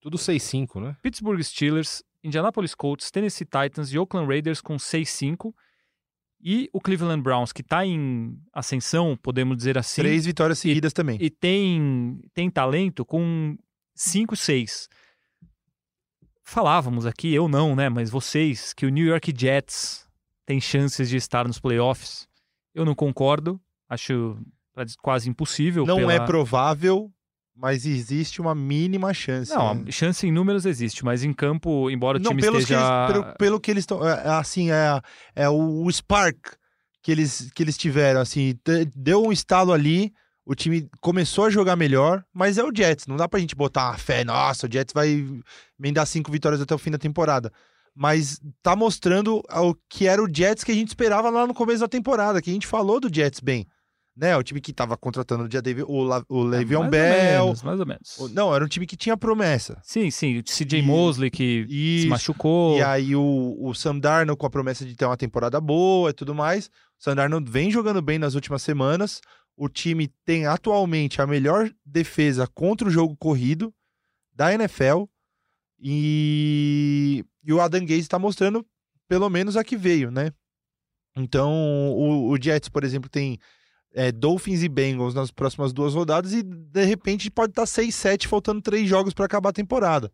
Speaker 3: Tudo 6-5, né?
Speaker 1: Pittsburgh Steelers, Indianapolis Colts, Tennessee Titans e Oakland Raiders com 6-5. E o Cleveland Browns, que tá em ascensão, podemos dizer assim
Speaker 2: Três vitórias seguidas também.
Speaker 1: e tem, tem talento com 5, 6. Falávamos aqui, eu não, né? Mas vocês, que o New York Jets tem chances de estar nos playoffs. Eu não concordo. Acho quase impossível.
Speaker 2: Não
Speaker 1: pela-
Speaker 2: é provável, mas existe uma mínima chance.
Speaker 1: Não,
Speaker 2: né?
Speaker 1: a chance em números existe, mas em campo, embora o
Speaker 2: Não,
Speaker 1: time
Speaker 2: pelos que
Speaker 1: esteja...
Speaker 2: eles, pelo, pelo que eles estão. é, é, Assim, é, é o, o spark que eles, que eles tiveram. Assim, de- deu um estalo ali, o time começou a jogar melhor, mas é o Jets. Não dá pra gente botar uma fé, nossa, o Jets vai emendar cinco vitórias até o fim da temporada. Mas tá mostrando o que era o Jets que a gente esperava lá no começo da temporada, que a gente falou do Jets bem. Né, o time que tava contratando o, Jadavi- o, La- o
Speaker 1: É,
Speaker 2: Le'Veon
Speaker 1: mais ou
Speaker 2: Bell.
Speaker 1: menos, mais ou menos.
Speaker 2: O- Não, era um time que tinha promessa.
Speaker 1: Sim, sim. O CJ
Speaker 2: E-
Speaker 1: Mosley, que se
Speaker 2: E
Speaker 1: machucou.
Speaker 2: e aí o, o Sam Darnold com a promessa de ter uma temporada boa e tudo mais. O Sam Darnold vem jogando bem nas últimas semanas. o time tem atualmente a melhor defesa contra o jogo corrido da NFL e, e o Adam Gaze está mostrando pelo menos a que veio, né? Então, o, o Jets, por exemplo, tem é, Dolphins e Bengals nas próximas duas rodadas e de repente pode estar 6-7 faltando três jogos para acabar a temporada.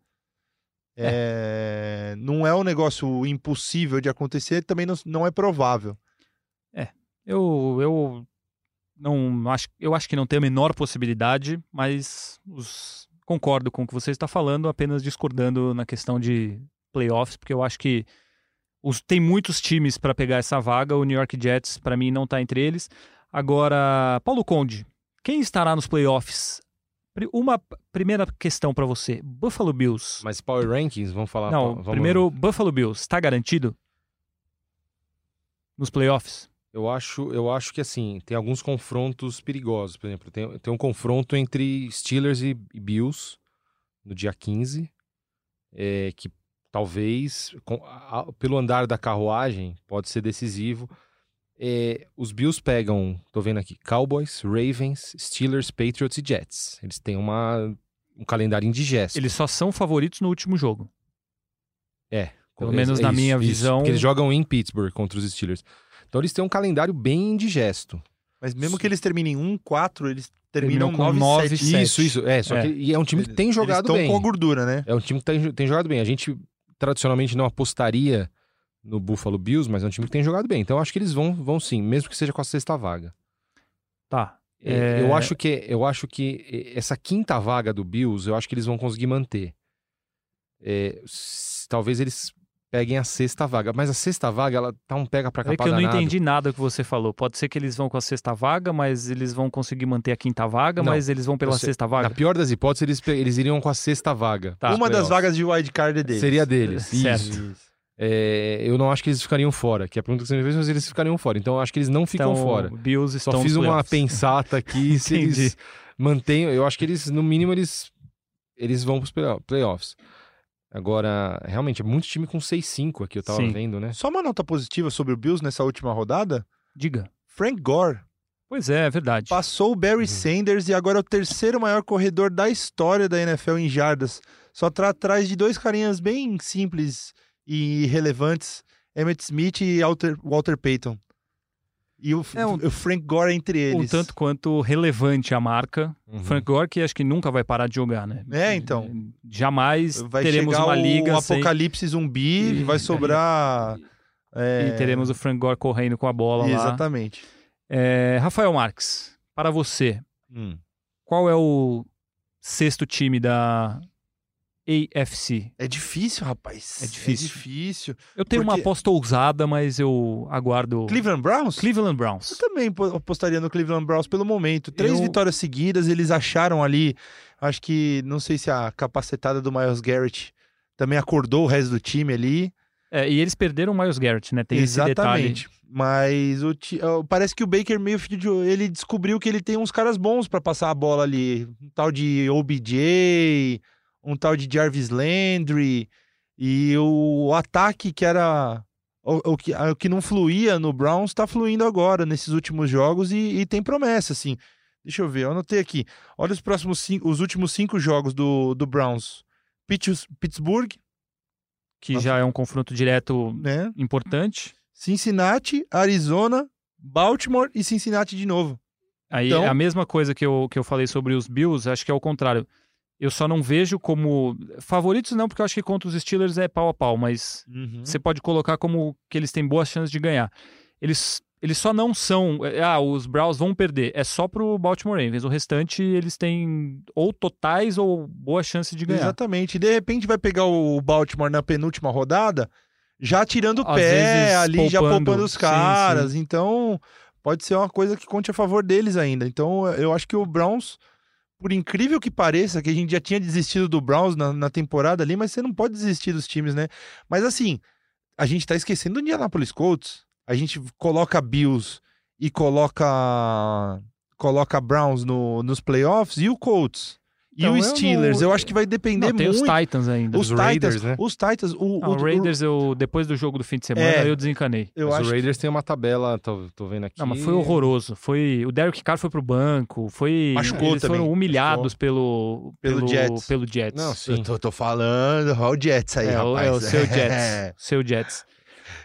Speaker 2: É. É, não é um negócio impossível de acontecer, também não, não é provável.
Speaker 1: É, eu, eu não acho, eu acho que não tem a menor possibilidade, mas os, concordo com o que você está falando, apenas discordando na questão de playoffs, porque eu acho que os, tem muitos times para pegar essa vaga. O New York Jets, para mim, não está entre eles. Agora, Paulo Conde, quem estará nos playoffs? Uma primeira questão para você: Buffalo Bills.
Speaker 3: Mas Power Rankings, vamos falar.
Speaker 1: Não,
Speaker 3: vamos...
Speaker 1: primeiro, Buffalo Bills, está garantido? Nos playoffs?
Speaker 3: Eu acho, eu acho que assim, tem alguns confrontos perigosos. Por exemplo, tem, tem um confronto entre Steelers e, e Bills no dia 15, é, que talvez, com, a, pelo andar da carruagem, pode ser decisivo. É, os Bills pegam, tô vendo aqui, Cowboys, Ravens, Steelers, Patriots e Jets. Eles têm uma, um calendário indigesto.
Speaker 1: Eles só são favoritos no último jogo.
Speaker 3: É.
Speaker 1: Pelo menos na
Speaker 3: isso,
Speaker 1: minha
Speaker 3: isso,
Speaker 1: visão.
Speaker 3: porque eles jogam em Pittsburgh contra os Steelers. Então eles têm um calendário bem indigesto.
Speaker 2: Mas mesmo que eles terminem 1-4, eles terminam
Speaker 1: Terminam com
Speaker 2: 9
Speaker 1: nove,
Speaker 2: 7
Speaker 1: sete.
Speaker 3: Isso, isso. É, só
Speaker 1: É.
Speaker 3: que e é um time que tem jogado
Speaker 2: Eles
Speaker 3: bem.
Speaker 2: estão com a gordura, né?
Speaker 3: É um time que tem, tem jogado bem. A gente tradicionalmente não apostaria no Buffalo Bills, mas é um time que tem jogado bem. Então eu acho que eles vão, vão sim, mesmo que seja com a sexta vaga.
Speaker 1: Tá.
Speaker 3: É,
Speaker 1: É,
Speaker 3: Eu acho que eu acho que essa quinta vaga do Bills, eu acho que eles vão conseguir manter. É, s- talvez eles peguem a sexta vaga, mas a sexta vaga ela tá um pega para
Speaker 1: É
Speaker 3: capa
Speaker 1: que eu não
Speaker 3: danado.
Speaker 1: entendi nada que você falou. Pode ser que eles vão com a sexta vaga, mas eles vão conseguir manter a quinta vaga,
Speaker 3: Não.
Speaker 1: mas eles vão pela
Speaker 3: Eu sei.
Speaker 1: sexta
Speaker 3: Na
Speaker 1: vaga.
Speaker 3: pior das hipóteses, eles, pe- eles iriam com a sexta vaga.
Speaker 1: Tá.
Speaker 2: Uma das
Speaker 3: Playoffs.
Speaker 2: vagas de wildcard é deles.
Speaker 3: Seria deles.
Speaker 1: Certo.
Speaker 3: Isso. É, eu não acho que eles ficariam fora, que é a pergunta que você me fez, mas eles ficariam fora. Então eu acho que eles não ficam
Speaker 1: então,
Speaker 3: fora.
Speaker 1: Bills estão
Speaker 3: Só fiz
Speaker 1: nos
Speaker 3: uma
Speaker 1: playoffs.
Speaker 3: pensata aqui se
Speaker 1: Entendi.
Speaker 3: eles mantêm. Eu acho que eles, no mínimo, eles, eles vão pros play- playoffs. Agora, realmente, é muito time com 6-5 aqui, eu tava
Speaker 1: Sim.
Speaker 3: vendo, né?
Speaker 2: Só uma nota positiva sobre o Bills nessa última rodada.
Speaker 1: Diga.
Speaker 2: Frank Gore
Speaker 1: Pois é, é verdade.
Speaker 2: passou o Barry
Speaker 3: Uhum.
Speaker 2: Sanders e agora é o terceiro maior corredor da história da NFL em jardas. Só tá atrás de dois carinhas bem simples e relevantes, Emmett Smith e Walter, Walter Payton. E o,
Speaker 1: É um-
Speaker 2: o Frank Gore é entre
Speaker 1: Um
Speaker 2: eles.
Speaker 1: tanto quanto relevante a marca.
Speaker 3: Uhum.
Speaker 1: Frank Gore, que acho que nunca vai parar de jogar, né?
Speaker 2: É, então.
Speaker 1: Jamais
Speaker 2: vai
Speaker 1: teremos
Speaker 2: chegar
Speaker 1: uma
Speaker 2: o
Speaker 1: liga sem...
Speaker 2: apocalipse zumbi,
Speaker 1: E-
Speaker 2: vai sobrar... é,
Speaker 1: e
Speaker 3: É.
Speaker 1: teremos o Frank Gore correndo com a bola lá.
Speaker 2: Exatamente.
Speaker 1: É, Rafael Marques, para você, qual é o sexto time da AFC?
Speaker 2: É difícil, rapaz.
Speaker 1: É difícil.
Speaker 2: É difícil.
Speaker 1: Eu tenho uma
Speaker 2: Porque-
Speaker 1: aposta ousada, mas eu aguardo.
Speaker 2: Cleveland Browns?
Speaker 1: Cleveland
Speaker 2: Eu
Speaker 1: Browns.
Speaker 2: também po- apostaria no Cleveland Browns pelo momento. Três
Speaker 1: Eu-
Speaker 2: vitórias seguidas, eles acharam ali. Acho que não sei se a capacetada do Miles Garrett também acordou o resto do time ali.
Speaker 1: É, e eles perderam o Miles Garrett, né? Tem esse detalhe.
Speaker 2: Exatamente. Mas o ti- ó, parece que o Baker Mayfield ele descobriu que ele tem uns caras bons pra passar a bola ali, um tal de OBJ, um tal de Jarvis Landry e o ataque que era o, o que, a- o que não fluía no Browns tá fluindo agora nesses últimos jogos e, e tem promessa assim. Deixa eu ver, eu anotei aqui. Olha os próximos cinco, os últimos cinco jogos do, do Browns. Pitts- Pittsburgh,
Speaker 1: Que
Speaker 2: Nossa.
Speaker 1: já é um confronto direto
Speaker 2: né?
Speaker 1: importante.
Speaker 2: Cincinnati, Arizona, Baltimore e Cincinnati de novo.
Speaker 1: Aí
Speaker 2: Então-
Speaker 1: a mesma coisa que eu, que eu falei sobre os Bills, acho que é o contrário. Eu só não vejo como. Favoritos não, porque eu acho que contra os Steelers é pau a pau, mas você pode colocar como que eles têm boas chances de ganhar. Eles, eles só não são. é, Ah, os Browns vão perder. É só pro Baltimore Ravens. O restante eles têm ou totais ou boa chance de ganhar.
Speaker 2: Exatamente. De repente vai pegar o Baltimore na penúltima rodada, já tirando o
Speaker 1: Às
Speaker 2: pé
Speaker 1: vezes
Speaker 2: ali, já
Speaker 1: poupando.
Speaker 2: poupando os
Speaker 1: Sim,
Speaker 2: caras. Então, pode ser uma coisa que conte a favor deles ainda. Então, eu acho que o Browns, por incrível que pareça, que a gente já tinha desistido do Browns na, na temporada ali, mas você não pode desistir dos times, né? Mas assim, a gente tá esquecendo do Indianapolis Colts. A gente coloca Bills e coloca coloca Browns no, nos playoffs e o Colts. e
Speaker 3: Então,
Speaker 2: o
Speaker 3: eu
Speaker 2: Steelers,
Speaker 3: não-
Speaker 2: eu acho que vai depender
Speaker 1: Não, tem os
Speaker 2: muito.
Speaker 1: Titans ainda.
Speaker 2: Os
Speaker 3: Os
Speaker 2: Titans,
Speaker 3: Raiders, né?
Speaker 2: os Titans, o,
Speaker 1: Não,
Speaker 2: o-
Speaker 1: o Raiders, eu, depois do jogo do fim de semana,
Speaker 2: É.
Speaker 1: eu desencanei.
Speaker 2: eu
Speaker 3: Mas
Speaker 2: acho
Speaker 3: o Raiders tem uma tabela, tô, tô vendo aqui.
Speaker 1: Não, mas foi horroroso. Foi o Derek Carr foi pro banco, foi
Speaker 2: Machucou
Speaker 1: eles
Speaker 2: também.
Speaker 1: foram humilhados pelo
Speaker 2: Pelo Jets.
Speaker 1: pelo Jets.
Speaker 3: Não,
Speaker 2: Eu
Speaker 3: sim.
Speaker 2: tô, tô falando, olha o Jets aí,
Speaker 1: é, o-
Speaker 2: rapaz.
Speaker 1: é o seu
Speaker 2: É.
Speaker 1: Jets, seu Jets.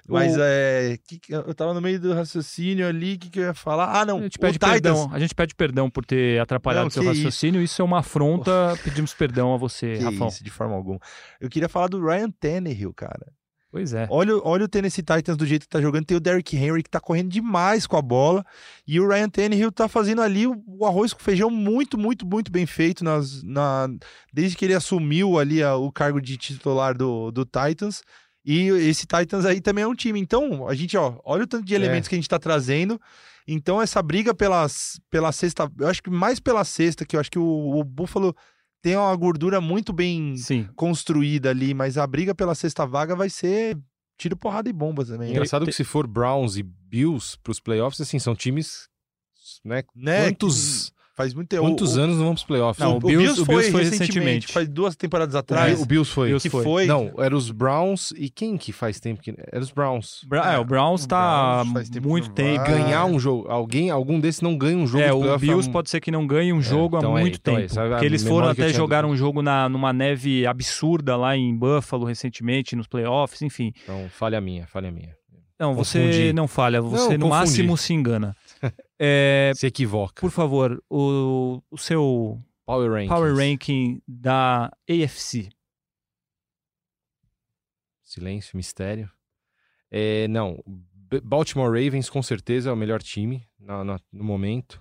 Speaker 2: Mas
Speaker 1: O-
Speaker 2: é. que que- eu tava no meio do raciocínio ali, o que, que eu ia falar? Ah, não.
Speaker 1: a
Speaker 2: O
Speaker 1: gente pede
Speaker 2: Titans.
Speaker 1: perdão, a gente pede perdão por ter atrapalhado
Speaker 2: Não,
Speaker 1: seu
Speaker 2: que
Speaker 1: raciocínio, isso. é uma afronta, pedimos perdão a você,
Speaker 2: Que
Speaker 1: Rafão.
Speaker 2: isso, de forma alguma. Eu queria falar do Ryan Tannehill, cara.
Speaker 1: Pois é.
Speaker 2: Olha, o- olha o Tennessee Titans do jeito que tá jogando. Tem o Derrick Henry que tá correndo demais com a bola. E o Ryan Tannehill tá fazendo ali o, o arroz com feijão muito, muito, muito bem feito. Nas, na, desde que ele assumiu ali a- o cargo de titular do, do Titans. E esse Titans aí também é um time. Então, a gente, ó, olha o tanto de
Speaker 3: É.
Speaker 2: elementos que a gente tá trazendo. Então, essa briga pelas, pela sexta, eu acho que mais pela sexta, que eu acho que o, o Buffalo tem uma gordura muito bem
Speaker 1: Sim.
Speaker 2: construída ali, mas a briga pela sexta vaga vai ser tiro, porrada e bombas também. né?
Speaker 3: É Engraçado que se for Browns e Bills pros playoffs, assim, são times, né?
Speaker 1: É,
Speaker 2: Né?
Speaker 3: quantos
Speaker 2: Que Faz muito tempo.
Speaker 3: quantos
Speaker 2: o,
Speaker 3: anos não vão pros playoffs?
Speaker 1: Não,
Speaker 2: o,
Speaker 1: o
Speaker 2: o
Speaker 1: Bills-
Speaker 2: Bills
Speaker 1: o
Speaker 2: foi,
Speaker 1: Bills foi
Speaker 2: recentemente,
Speaker 1: recentemente.
Speaker 2: faz duas temporadas
Speaker 3: Bi-
Speaker 2: atrás.
Speaker 3: o Bills foi.
Speaker 1: Bills
Speaker 2: que
Speaker 1: foi.
Speaker 2: foi.
Speaker 3: Não, era os Browns e quem que faz tempo que era os Browns.
Speaker 1: Bra- é,
Speaker 2: É,
Speaker 1: o Browns
Speaker 2: o
Speaker 1: tá
Speaker 2: Browns faz tempo
Speaker 1: muito
Speaker 2: que não
Speaker 1: tempo.
Speaker 2: vai.
Speaker 3: Ganhar um jogo, alguém, algum desses não ganha um jogo.
Speaker 1: Ah. É,
Speaker 3: nos
Speaker 1: o
Speaker 3: playoffs,
Speaker 1: Bills
Speaker 3: um-
Speaker 1: pode ser que não ganhe um jogo
Speaker 3: então
Speaker 1: há
Speaker 3: é,
Speaker 1: muito
Speaker 3: então é,
Speaker 1: tempo.
Speaker 3: essa é a
Speaker 1: porque eles
Speaker 3: memória
Speaker 1: foram
Speaker 3: que eu
Speaker 1: até
Speaker 3: tinha do
Speaker 1: jogar
Speaker 3: Bills.
Speaker 1: um jogo na, numa neve absurda lá em Buffalo recentemente, nos playoffs, enfim.
Speaker 3: Então, falha minha, falha minha.
Speaker 1: Não, você
Speaker 3: Confundi.
Speaker 1: não falha, você no
Speaker 3: confundi.
Speaker 1: máximo se engana. É,
Speaker 3: Se equivoca.
Speaker 1: por favor, o, o seu
Speaker 3: Power Rankings.
Speaker 1: power ranking da AFC.
Speaker 3: Silêncio, mistério. É, não, B- Baltimore Ravens com certeza é o melhor time na- na- no momento.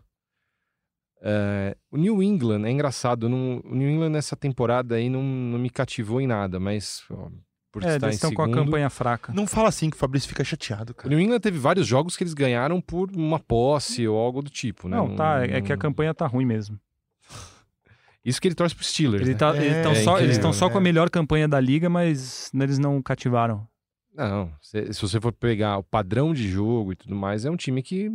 Speaker 3: É, o New England é engraçado. não- o New England nessa temporada aí não, não me cativou em nada, mas ó, por
Speaker 1: É,
Speaker 3: estar
Speaker 1: eles
Speaker 3: em
Speaker 1: estão
Speaker 3: segundo...
Speaker 1: com a campanha fraca.
Speaker 2: Não fala assim que o Fabrício fica chateado,
Speaker 3: O
Speaker 2: cara.
Speaker 3: New England teve vários jogos que eles ganharam por uma posse ou algo do tipo, né?
Speaker 1: Não, tá, é que a campanha tá ruim mesmo.
Speaker 3: Isso que ele torce pro Steelers.
Speaker 1: Ele
Speaker 3: né?
Speaker 1: tá-
Speaker 2: É,
Speaker 1: eles estão
Speaker 3: é
Speaker 1: só, eles
Speaker 3: incrível,
Speaker 1: tão só
Speaker 2: né?
Speaker 1: com a melhor campanha da liga, mas eles não cativaram. tá-
Speaker 3: Não, se, se você for pegar o padrão de jogo e tudo mais, é um time que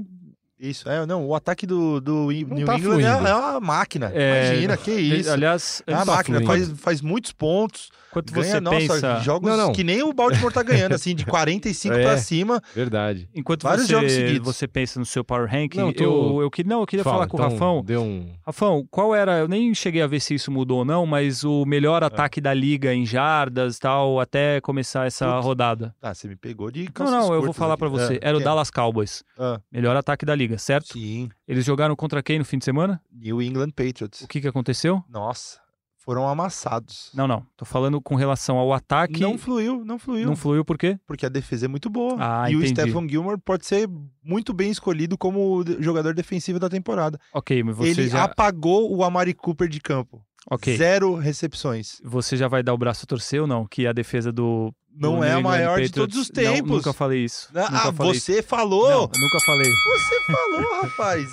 Speaker 2: Isso, é, não, o ataque do, do I-
Speaker 3: Não
Speaker 2: New
Speaker 3: tá
Speaker 2: England é,
Speaker 3: fluindo.
Speaker 2: é uma máquina.
Speaker 1: É,
Speaker 2: Imagina, que isso.
Speaker 1: Aliás,
Speaker 2: é uma
Speaker 1: antes-
Speaker 3: tá
Speaker 2: máquina,
Speaker 3: fluindo.
Speaker 2: faz, faz muitos pontos,
Speaker 1: quanto
Speaker 2: ganha,
Speaker 1: você
Speaker 2: nossa,
Speaker 1: pensa...
Speaker 2: jogos
Speaker 3: Não, não.
Speaker 2: que nem o Baltimore tá ganhando, assim, de 45
Speaker 3: É.
Speaker 2: pra cima.
Speaker 3: verdade.
Speaker 1: Enquanto
Speaker 2: Vários jogos
Speaker 1: você,
Speaker 2: seguidos.
Speaker 1: você pensa no seu power ranking,
Speaker 3: Não, eu tô-
Speaker 1: eu, eu, que- não, eu queria
Speaker 3: Fala,
Speaker 1: falar com
Speaker 3: então,
Speaker 1: o Rafão.
Speaker 3: Deu um...
Speaker 1: Rafão, qual era? Eu nem cheguei a ver se isso mudou ou não, mas o
Speaker 2: É.
Speaker 1: melhor ataque da liga em jardas e tal, até começar essa
Speaker 2: Putz,
Speaker 1: rodada.
Speaker 2: Ah, você me pegou de
Speaker 1: Não,
Speaker 2: calças
Speaker 1: não, eu vou
Speaker 2: curtas
Speaker 1: falar
Speaker 2: aqui.
Speaker 1: pra você.
Speaker 2: Ah,
Speaker 1: era o
Speaker 2: quem?
Speaker 1: Dallas Cowboys.
Speaker 2: Ah,
Speaker 1: Melhor ataque da liga, certo?
Speaker 2: sim,
Speaker 1: Eles jogaram contra quem no fim de semana?
Speaker 2: New England Patriots.
Speaker 1: O que, que aconteceu?
Speaker 2: Nossa, foram amassados.
Speaker 1: Não, não. Tô falando com relação ao ataque.
Speaker 2: Não fluiu, não fluiu.
Speaker 1: Não fluiu por quê?
Speaker 2: Porque a defesa é muito boa.
Speaker 1: Ah,
Speaker 2: e o
Speaker 1: entendi.
Speaker 2: Stephen Gilmore pode ser muito bem escolhido como o de- jogador defensivo da temporada.
Speaker 1: Ok, mas você
Speaker 2: Ele
Speaker 1: já.
Speaker 2: apagou o Amari Cooper de campo.
Speaker 1: Ok.
Speaker 2: Zero recepções.
Speaker 1: Você já vai dar o braço a torcer ou não? Que a defesa do. do
Speaker 2: Não
Speaker 1: New
Speaker 2: é a
Speaker 1: England
Speaker 2: maior de
Speaker 1: Patriots-
Speaker 2: todos os
Speaker 1: Não,
Speaker 2: tempos.
Speaker 1: nunca falei isso.
Speaker 2: ah,
Speaker 1: nunca falei isso.
Speaker 2: você
Speaker 1: Não,
Speaker 2: falou!
Speaker 1: eu nunca falei.
Speaker 2: Você falou, rapaz!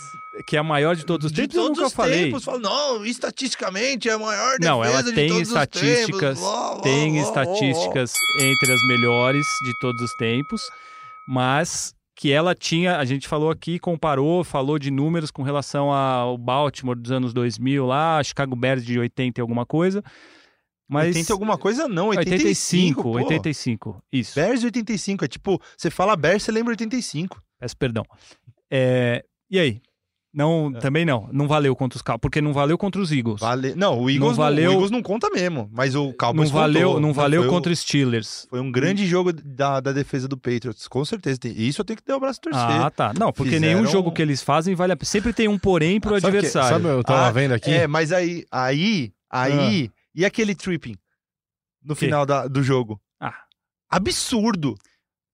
Speaker 1: Que é a maior de todos os
Speaker 2: de
Speaker 1: tempos,
Speaker 2: todos
Speaker 1: eu nunca
Speaker 2: os
Speaker 1: falei.
Speaker 2: tempos. Fala, não, estatisticamente é a maior defesa
Speaker 1: Não, ela
Speaker 2: de
Speaker 1: tem
Speaker 2: todos os
Speaker 1: estatísticas,
Speaker 2: tempos. Lá, lá,
Speaker 1: tem
Speaker 2: lá, lá, lá.
Speaker 1: estatísticas entre as melhores de todos os tempos, mas que ela tinha, a gente falou aqui, comparou, falou de números com relação ao Baltimore dos anos 2000 lá, Chicago Bears de 80 e alguma coisa, mas...
Speaker 2: 80 alguma coisa? Não, 85.
Speaker 1: 85,
Speaker 2: pô.
Speaker 1: 85, isso,
Speaker 2: Bears e 85. É tipo, você fala Bears, você lembra 85.
Speaker 1: peço perdão. É, e aí? Não,
Speaker 2: É.
Speaker 1: também não, não valeu contra os Cowboys, porque não valeu contra os Eagles.
Speaker 2: Vale... Não, o Eagles não,
Speaker 1: valeu-
Speaker 2: o Eagles não conta mesmo, mas o
Speaker 1: Não
Speaker 2: Cowboys
Speaker 1: valeu,
Speaker 2: contou.
Speaker 1: não valeu
Speaker 2: foi um-
Speaker 1: contra os Steelers.
Speaker 2: Foi um grande jogo da, da defesa do Patriots, com certeza. Tem- Isso eu tenho que dar o braço a torcer.
Speaker 1: Ah, tá. Não, porque
Speaker 2: Fizeram-
Speaker 1: nenhum jogo que eles fazem vale a pena. Sempre tem um porém pro
Speaker 3: Sabe que- é?
Speaker 1: adversário.
Speaker 3: sabe, eu tava
Speaker 2: Ah,
Speaker 3: vendo aqui.
Speaker 2: é, mas aí, aí,
Speaker 1: Ah.
Speaker 2: aí... E aquele tripping no
Speaker 1: Que?
Speaker 2: final da- do jogo?
Speaker 1: Ah.
Speaker 2: Absurdo,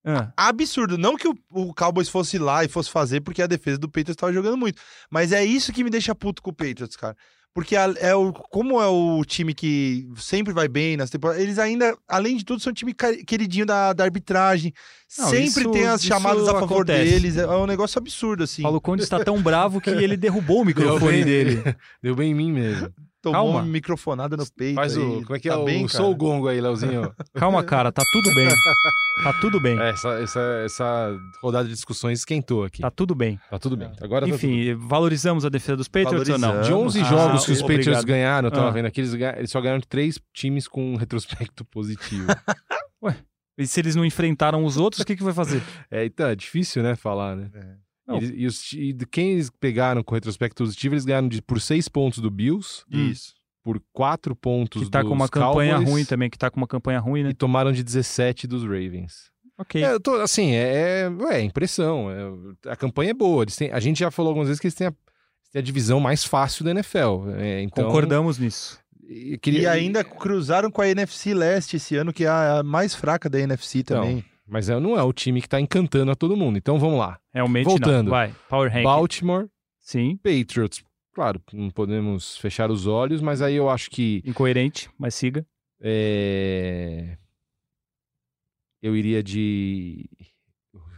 Speaker 1: Ah,
Speaker 2: absurdo. Não que o, o Cowboys fosse lá e fosse fazer, porque a defesa do Patriots tava jogando muito. Mas é isso que me deixa puto com o Patriots, cara. Porque a- é o, como é o time que sempre vai bem nas temporadas, eles ainda, além de tudo, são um time ca- queridinho da, da arbitragem.
Speaker 1: Não,
Speaker 2: sempre
Speaker 1: isso-
Speaker 2: tem as
Speaker 1: isso
Speaker 2: chamadas a favor
Speaker 1: acontece.
Speaker 2: deles. É um negócio absurdo, assim.
Speaker 1: Paulo Conde está tão bravo que ele derrubou o microfone
Speaker 3: Derrubei.
Speaker 1: dele.
Speaker 3: Deu bem em mim mesmo.
Speaker 2: Tomou
Speaker 1: Calma.
Speaker 2: uma microfonada no peito.
Speaker 3: Faz
Speaker 2: aí.
Speaker 3: o. Como é que é?
Speaker 2: Tá
Speaker 3: o
Speaker 2: bem, cara?
Speaker 3: sou o gongo aí, Leozinho.
Speaker 1: Calma, cara, tá tudo bem. Tá tudo bem.
Speaker 3: É, essa, essa, essa rodada de discussões esquentou aqui.
Speaker 1: Tá
Speaker 3: Tá,
Speaker 1: tudo bem.
Speaker 3: tudo bem. Agora tá tudo bem.
Speaker 1: Enfim, valorizamos a defesa dos Patriots ou não?
Speaker 2: Valorizamos.
Speaker 3: De 11
Speaker 1: Ah,
Speaker 3: jogos que os
Speaker 1: obrigado.
Speaker 3: Patriots ganharam, eu tava
Speaker 1: Ah.
Speaker 3: vendo aqui, eles, ganha- eles só ganharam três times com um retrospecto positivo.
Speaker 1: E se eles não enfrentaram os outros, o que, que vai fazer?
Speaker 3: é, então, é difícil, né, falar, né?
Speaker 2: É.
Speaker 1: Não.
Speaker 3: Eles- E, os, ti- e de quem eles pegaram com retrospecto positivo, eles ganharam de, por seis pontos do Bills,
Speaker 2: Isso.
Speaker 3: por quatro pontos
Speaker 1: Que tá
Speaker 3: dos
Speaker 1: com uma campanha
Speaker 3: Cowboys,
Speaker 1: ruim também, que tá com uma campanha ruim, né?
Speaker 3: E tomaram de 17 dos Ravens.
Speaker 1: Ok.
Speaker 3: É, eu tô, assim, é, é, ué, é impressão. é- a campanha é boa. Eles têm, a gente já falou algumas vezes que eles têm a, têm a divisão mais fácil da NFL. é, então,
Speaker 1: Concordamos nisso.
Speaker 3: E,
Speaker 2: E
Speaker 3: queria-
Speaker 2: ainda cruzaram com a NFC Leste esse ano, que é a mais fraca da NFC
Speaker 3: Então,
Speaker 2: também.
Speaker 3: Mas é- não é o time que tá encantando a todo mundo. Então vamos lá.
Speaker 1: Realmente
Speaker 3: Voltando.
Speaker 1: não. Vai, Power Rank.
Speaker 3: Baltimore,
Speaker 1: Sim,
Speaker 3: Patriots. Claro, não podemos fechar os olhos, mas aí eu acho que
Speaker 1: incoerente, mas siga.
Speaker 3: é, eu iria de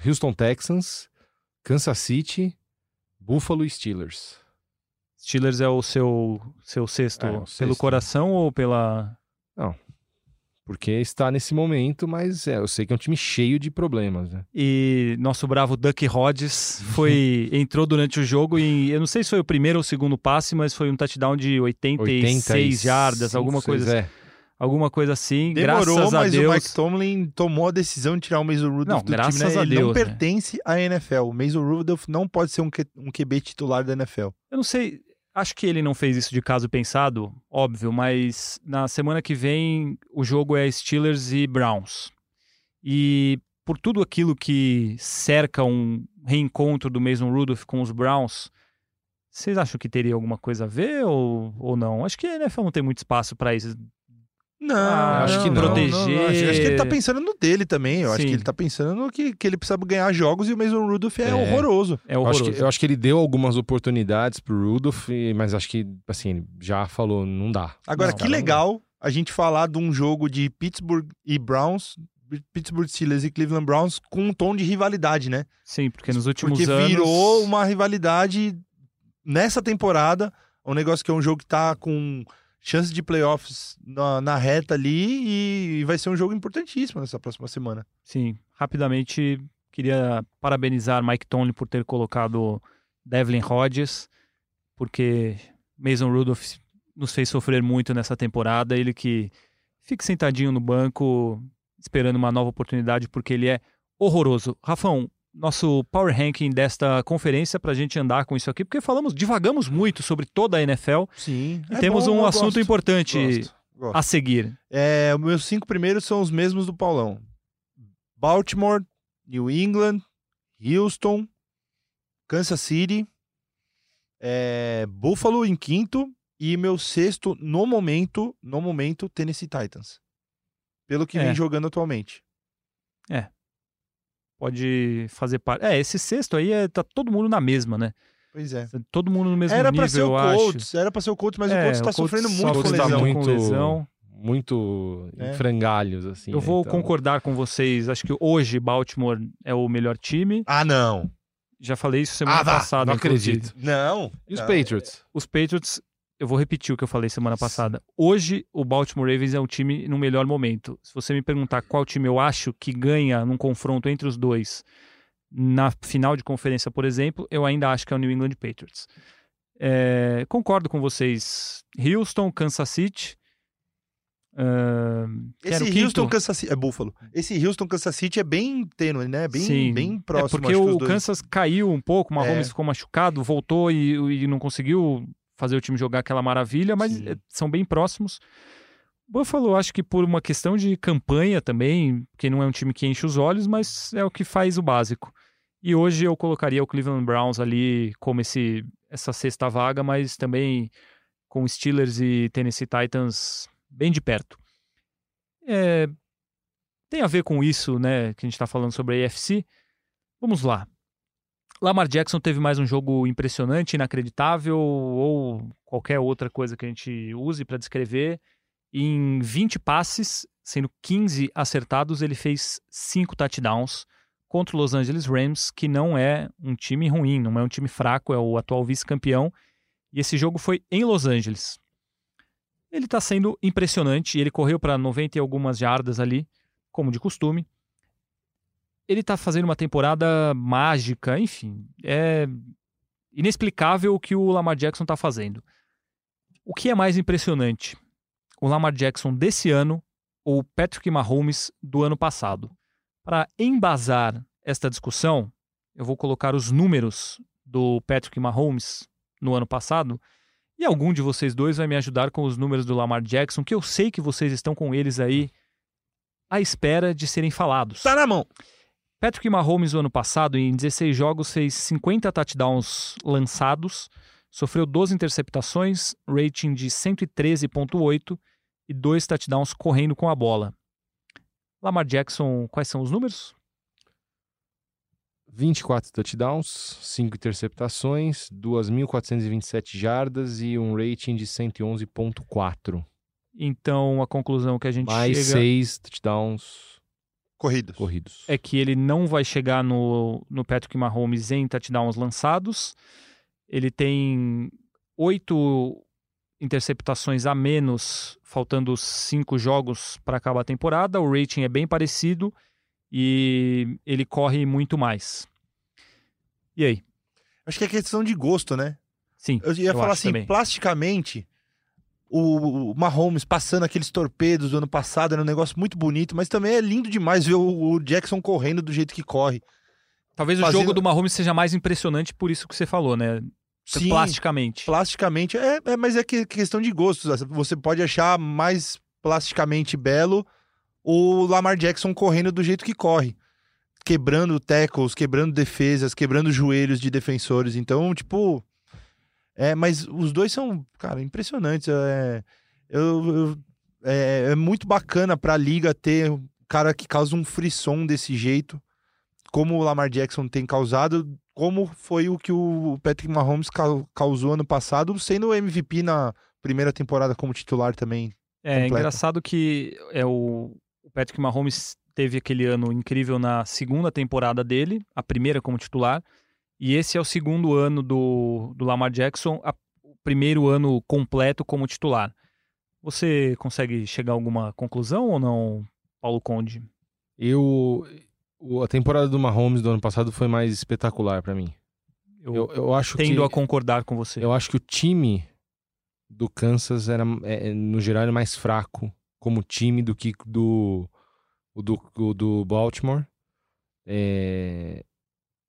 Speaker 3: Houston Texans, Kansas City, Buffalo e Steelers.
Speaker 1: Steelers é o seu, seu sexto,
Speaker 3: É, o
Speaker 1: pelo
Speaker 2: né?
Speaker 3: sexto.
Speaker 1: coração ou pela...
Speaker 3: Porque está nesse momento, mas é, eu sei que é um time cheio de problemas, né?
Speaker 1: E nosso bravo Duck Rodgers foi, entrou durante o jogo e eu não sei se foi o primeiro ou o segundo passe, mas foi um touchdown de 86 jardas, alguma coisa,
Speaker 3: assim.
Speaker 1: alguma coisa assim.
Speaker 2: é. Demorou,
Speaker 1: graças a
Speaker 2: mas
Speaker 1: Deus.
Speaker 2: o Mike Tomlin tomou a decisão de tirar o Mason Rudolph
Speaker 1: Não,
Speaker 2: do
Speaker 1: graças
Speaker 2: time, né?
Speaker 1: a
Speaker 2: Ele não
Speaker 1: Deus, né?
Speaker 2: pertence à NFL. O Mason Rudolph não pode ser um, Q- um QB titular da NFL.
Speaker 1: Eu não sei, acho que ele não fez isso de caso pensado, óbvio, mas na semana que vem o jogo é Steelers e Browns. E por tudo aquilo que cerca um reencontro do Mason Rudolph com os Browns, vocês acham que teria alguma coisa a ver ou, ou não? Acho que a NFL não tem muito espaço para isso.
Speaker 2: Não,
Speaker 1: Ah,
Speaker 3: acho que não.
Speaker 1: Proteger.
Speaker 2: acho, acho que ele tá pensando no dele também. Eu acho
Speaker 1: Sim.
Speaker 2: que ele tá pensando no que, que ele precisa ganhar jogos e o Mason Rudolph é,
Speaker 3: É.
Speaker 2: horroroso.
Speaker 1: É
Speaker 3: Eu acho,
Speaker 1: horroroso.
Speaker 3: que, eu acho que ele deu algumas oportunidades pro Rudolph, e- mas acho que, assim, ele já falou, não dá.
Speaker 2: Agora,
Speaker 1: Não,
Speaker 2: que
Speaker 1: cara, não
Speaker 2: legal a gente falar de um jogo de Pittsburgh e Browns, Pittsburgh Steelers e Cleveland Browns com um tom de rivalidade, né?
Speaker 1: Sim, porque nos últimos
Speaker 2: Porque
Speaker 1: anos
Speaker 2: virou uma rivalidade nessa temporada. Um negócio que é um jogo que tá com chance de playoffs na, na reta ali e vai ser um jogo importantíssimo nessa próxima semana.
Speaker 1: Sim, rapidamente queria parabenizar Mike Tomlin por ter colocado Devlin Rodgers, porque Mason Rudolph nos fez sofrer muito nessa temporada. Ele que fica sentadinho no banco esperando uma nova oportunidade, porque ele é horroroso. Rafão, nosso power ranking desta conferência para a gente andar com isso aqui, porque falamos, divagamos muito sobre toda a NFL
Speaker 2: Sim.
Speaker 1: e temos um assunto importante
Speaker 2: Gosto, gosto.
Speaker 1: a seguir.
Speaker 2: É, os meus cinco primeiros são os mesmos do Paulão. Baltimore, New England, Houston, Kansas City, é, Buffalo em quinto e meu sexto no momento, no momento Tennessee Titans. Pelo que
Speaker 1: É.
Speaker 2: vem jogando atualmente.
Speaker 1: Pode fazer parte. É, esse sexto aí é, tá todo mundo na mesma, né?
Speaker 2: Pois é.
Speaker 1: Todo mundo no mesmo
Speaker 2: Era
Speaker 1: nível,
Speaker 2: pra ser o
Speaker 1: eu acho.
Speaker 2: Colts, era pra ser o Colts, mas o
Speaker 1: É,
Speaker 2: Colts tá sofrendo muito
Speaker 1: sofre
Speaker 2: com
Speaker 3: Colts tá
Speaker 2: lesão.
Speaker 1: com
Speaker 3: muito-
Speaker 1: lesão.
Speaker 3: Muito em
Speaker 2: É.
Speaker 3: frangalhos, assim.
Speaker 1: Eu
Speaker 3: né?
Speaker 1: vou
Speaker 3: Então,
Speaker 1: concordar com vocês. Acho que hoje Baltimore é o melhor time.
Speaker 2: Ah, não.
Speaker 1: Já falei isso semana
Speaker 2: Ah, vá,
Speaker 1: passada.
Speaker 3: Não
Speaker 1: inclusive.
Speaker 3: acredito.
Speaker 2: Não.
Speaker 3: E os
Speaker 2: Não.
Speaker 3: Patriots?
Speaker 1: Os Patriots, eu vou repetir o que eu falei semana passada. Hoje o Baltimore Ravens é um time no melhor momento. Se você me perguntar qual time eu acho que ganha num confronto entre os dois na final de conferência, por exemplo, eu ainda acho que é o New England Patriots. É, concordo com vocês. Houston, Kansas City. ahn, que era o
Speaker 2: Esse
Speaker 1: quinto?
Speaker 2: Houston Kansas City é Buffalo. Esse Houston Kansas City é bem tênue, né? Bem,
Speaker 1: Sim.
Speaker 2: bem próximo.
Speaker 1: É porque
Speaker 2: acho que os
Speaker 1: o
Speaker 2: dois.
Speaker 1: Kansas caiu um pouco, o Mahomes
Speaker 2: É.
Speaker 1: ficou machucado, voltou e, e não conseguiu fazer o time jogar aquela maravilha, mas
Speaker 2: Sim.
Speaker 1: eh, são bem próximos. Buffalo, acho que por uma questão de campanha também, porque não é um time que enche os olhos, mas é o que faz o básico. E hoje eu colocaria o Cleveland Browns ali como esse, essa sexta vaga, mas também com Steelers e Tennessee Titans bem de perto. É, tem a ver com isso, né, que a gente está falando sobre a AFC. Vamos lá. Lamar Jackson teve mais um jogo impressionante, inacreditável, ou qualquer outra coisa que a gente use para descrever. Em 20 passes, sendo 15 acertados, ele fez 5 touchdowns contra o Los Angeles Rams, que não é um time ruim, não é um time fraco, é o atual vice-campeão. E esse jogo foi em Los Angeles. ele está sendo impressionante. Ele correu para 90 e algumas jardas ali, como de costume. Ele está fazendo uma temporada mágica, enfim. É inexplicável o que o Lamar Jackson está fazendo. O que é mais impressionante? O Lamar Jackson desse ano ou o Patrick Mahomes do ano passado? Para embasar esta discussão, eu vou colocar os números do Patrick Mahomes no ano passado e algum de vocês dois vai me ajudar com os números do Lamar Jackson, que eu sei que vocês estão com eles aí à espera de serem falados.
Speaker 2: Tá na mão.
Speaker 1: Patrick Mahomes, no ano passado, em 16 jogos, fez 50 touchdowns lançados, sofreu 12 interceptações, rating de 113,8 e dois touchdowns correndo com a bola. Lamar Jackson, quais são os números?
Speaker 3: 24 touchdowns, 5 interceptações, 2.427 jardas e um rating de 111.4.
Speaker 1: Então, a conclusão que a gente
Speaker 3: Mais
Speaker 1: chega...
Speaker 3: 6 touchdowns
Speaker 2: Corridos.
Speaker 3: corridos.
Speaker 1: é que ele não vai chegar no, no Patrick Mahomes em touchdowns lançados. Ele tem oito interceptações a menos, faltando cinco jogos para acabar a temporada. O rating é bem parecido e ele corre muito mais. E aí?
Speaker 2: Acho que é questão de gosto, né?
Speaker 1: Sim.
Speaker 2: Eu ia
Speaker 1: Eu
Speaker 2: falar
Speaker 1: acho
Speaker 2: assim,
Speaker 1: também.
Speaker 2: plasticamente, o o Mahomes passando aqueles torpedos do ano passado era um negócio muito bonito, mas também é lindo demais ver o o Jackson correndo do jeito que corre.
Speaker 1: Talvez o
Speaker 2: fazendo-
Speaker 1: jogo do Mahomes seja mais impressionante por isso que você falou, né?
Speaker 2: Sim,
Speaker 1: Plasticamente.
Speaker 2: plasticamente, é, é- mas é que- questão de gostos. Você pode achar mais plasticamente belo o Lamar Jackson correndo do jeito que corre. Quebrando tackles, quebrando defesas, quebrando joelhos de defensores. Então, tipo. É, mas os dois são, cara, impressionantes. É, eu- eu- é, é muito bacana pra liga ter um cara que causa um frisson desse jeito, como o Lamar Jackson tem causado, como foi o que o Patrick Mahomes cau- causou ano passado, sendo o MVP na primeira temporada como titular também.
Speaker 1: É
Speaker 2: completa.
Speaker 1: engraçado que é o o Patrick Mahomes teve aquele ano incrível na segunda temporada dele, a primeira como titular, e esse é o segundo ano do, do Lamar Jackson, a- o primeiro ano completo como titular. Você consegue chegar a alguma conclusão ou não, Paulo Conde?
Speaker 3: Eu, o- a temporada do Mahomes do ano passado foi mais espetacular pra mim.
Speaker 1: Eu,
Speaker 3: Eu, eu acho
Speaker 1: tendo
Speaker 3: que
Speaker 1: a concordar com você.
Speaker 3: eu acho que o time do Kansas era é, é, no geral era mais fraco como time do que do o do, o do Baltimore. É,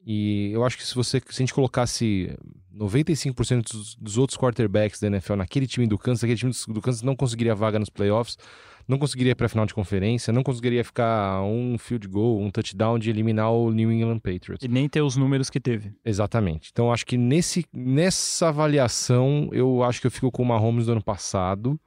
Speaker 3: e eu acho que se você se a gente colocasse 95% dos, dos outros quarterbacks da NFL naquele time do Kansas, aquele time do, do Kansas não conseguiria vaga nos playoffs, não conseguiria ir para final de conferência, não conseguiria ficar um field goal, um touchdown de eliminar o New England Patriots.
Speaker 1: E nem ter os números que teve.
Speaker 3: Exatamente. Então, eu acho que nesse, nessa avaliação, eu acho que eu fico com o Mahomes do ano passado,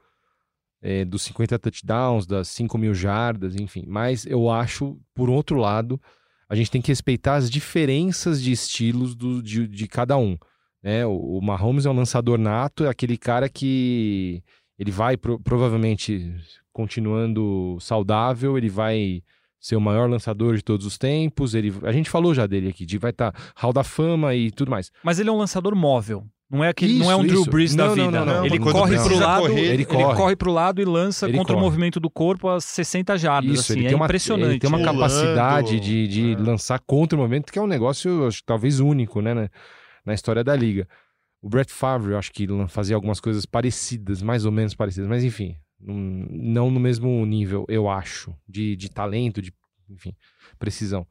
Speaker 3: é, dos 50 touchdowns, das 5 mil jardas, enfim. Mas eu acho, por outro lado, a gente tem que respeitar as diferenças de estilos do- de, de cada um. Né? O, o Mahomes é um lançador nato, é aquele cara que ele vai, pro- provavelmente, continuando saudável, ele vai ser o maior lançador de todos os tempos. Ele, a gente falou já dele aqui, de vai estar Hall da Fama e tudo mais.
Speaker 1: Mas ele é um lançador móvel. Não é, aquele, não é
Speaker 3: Isso,
Speaker 1: um Drew
Speaker 3: isso.
Speaker 1: Brees da
Speaker 3: Não, não,
Speaker 1: vida.
Speaker 3: não,
Speaker 2: não.
Speaker 1: Ele
Speaker 2: Quando
Speaker 1: corre pro
Speaker 2: precisa
Speaker 1: lado,
Speaker 2: correr,
Speaker 1: ele,
Speaker 3: ele
Speaker 1: corre.
Speaker 3: corre.
Speaker 1: pro lado e lança
Speaker 3: Ele
Speaker 1: contra o
Speaker 3: corre.
Speaker 1: movimento do corpo a 60 jardas.
Speaker 3: Isso,
Speaker 1: assim,
Speaker 3: ele
Speaker 1: é
Speaker 3: tem uma,
Speaker 1: impressionante.
Speaker 3: Ele tem uma
Speaker 2: Pulando.
Speaker 3: capacidade de, de
Speaker 2: É.
Speaker 3: lançar contra o momento, que é um negócio, acho, talvez, único, né, né, na história da liga. O Brett Favre, eu acho que lan- fazia algumas coisas parecidas, mais ou menos parecidas, mas enfim, num- não no mesmo nível, eu acho, de, de talento, de, enfim, precisão.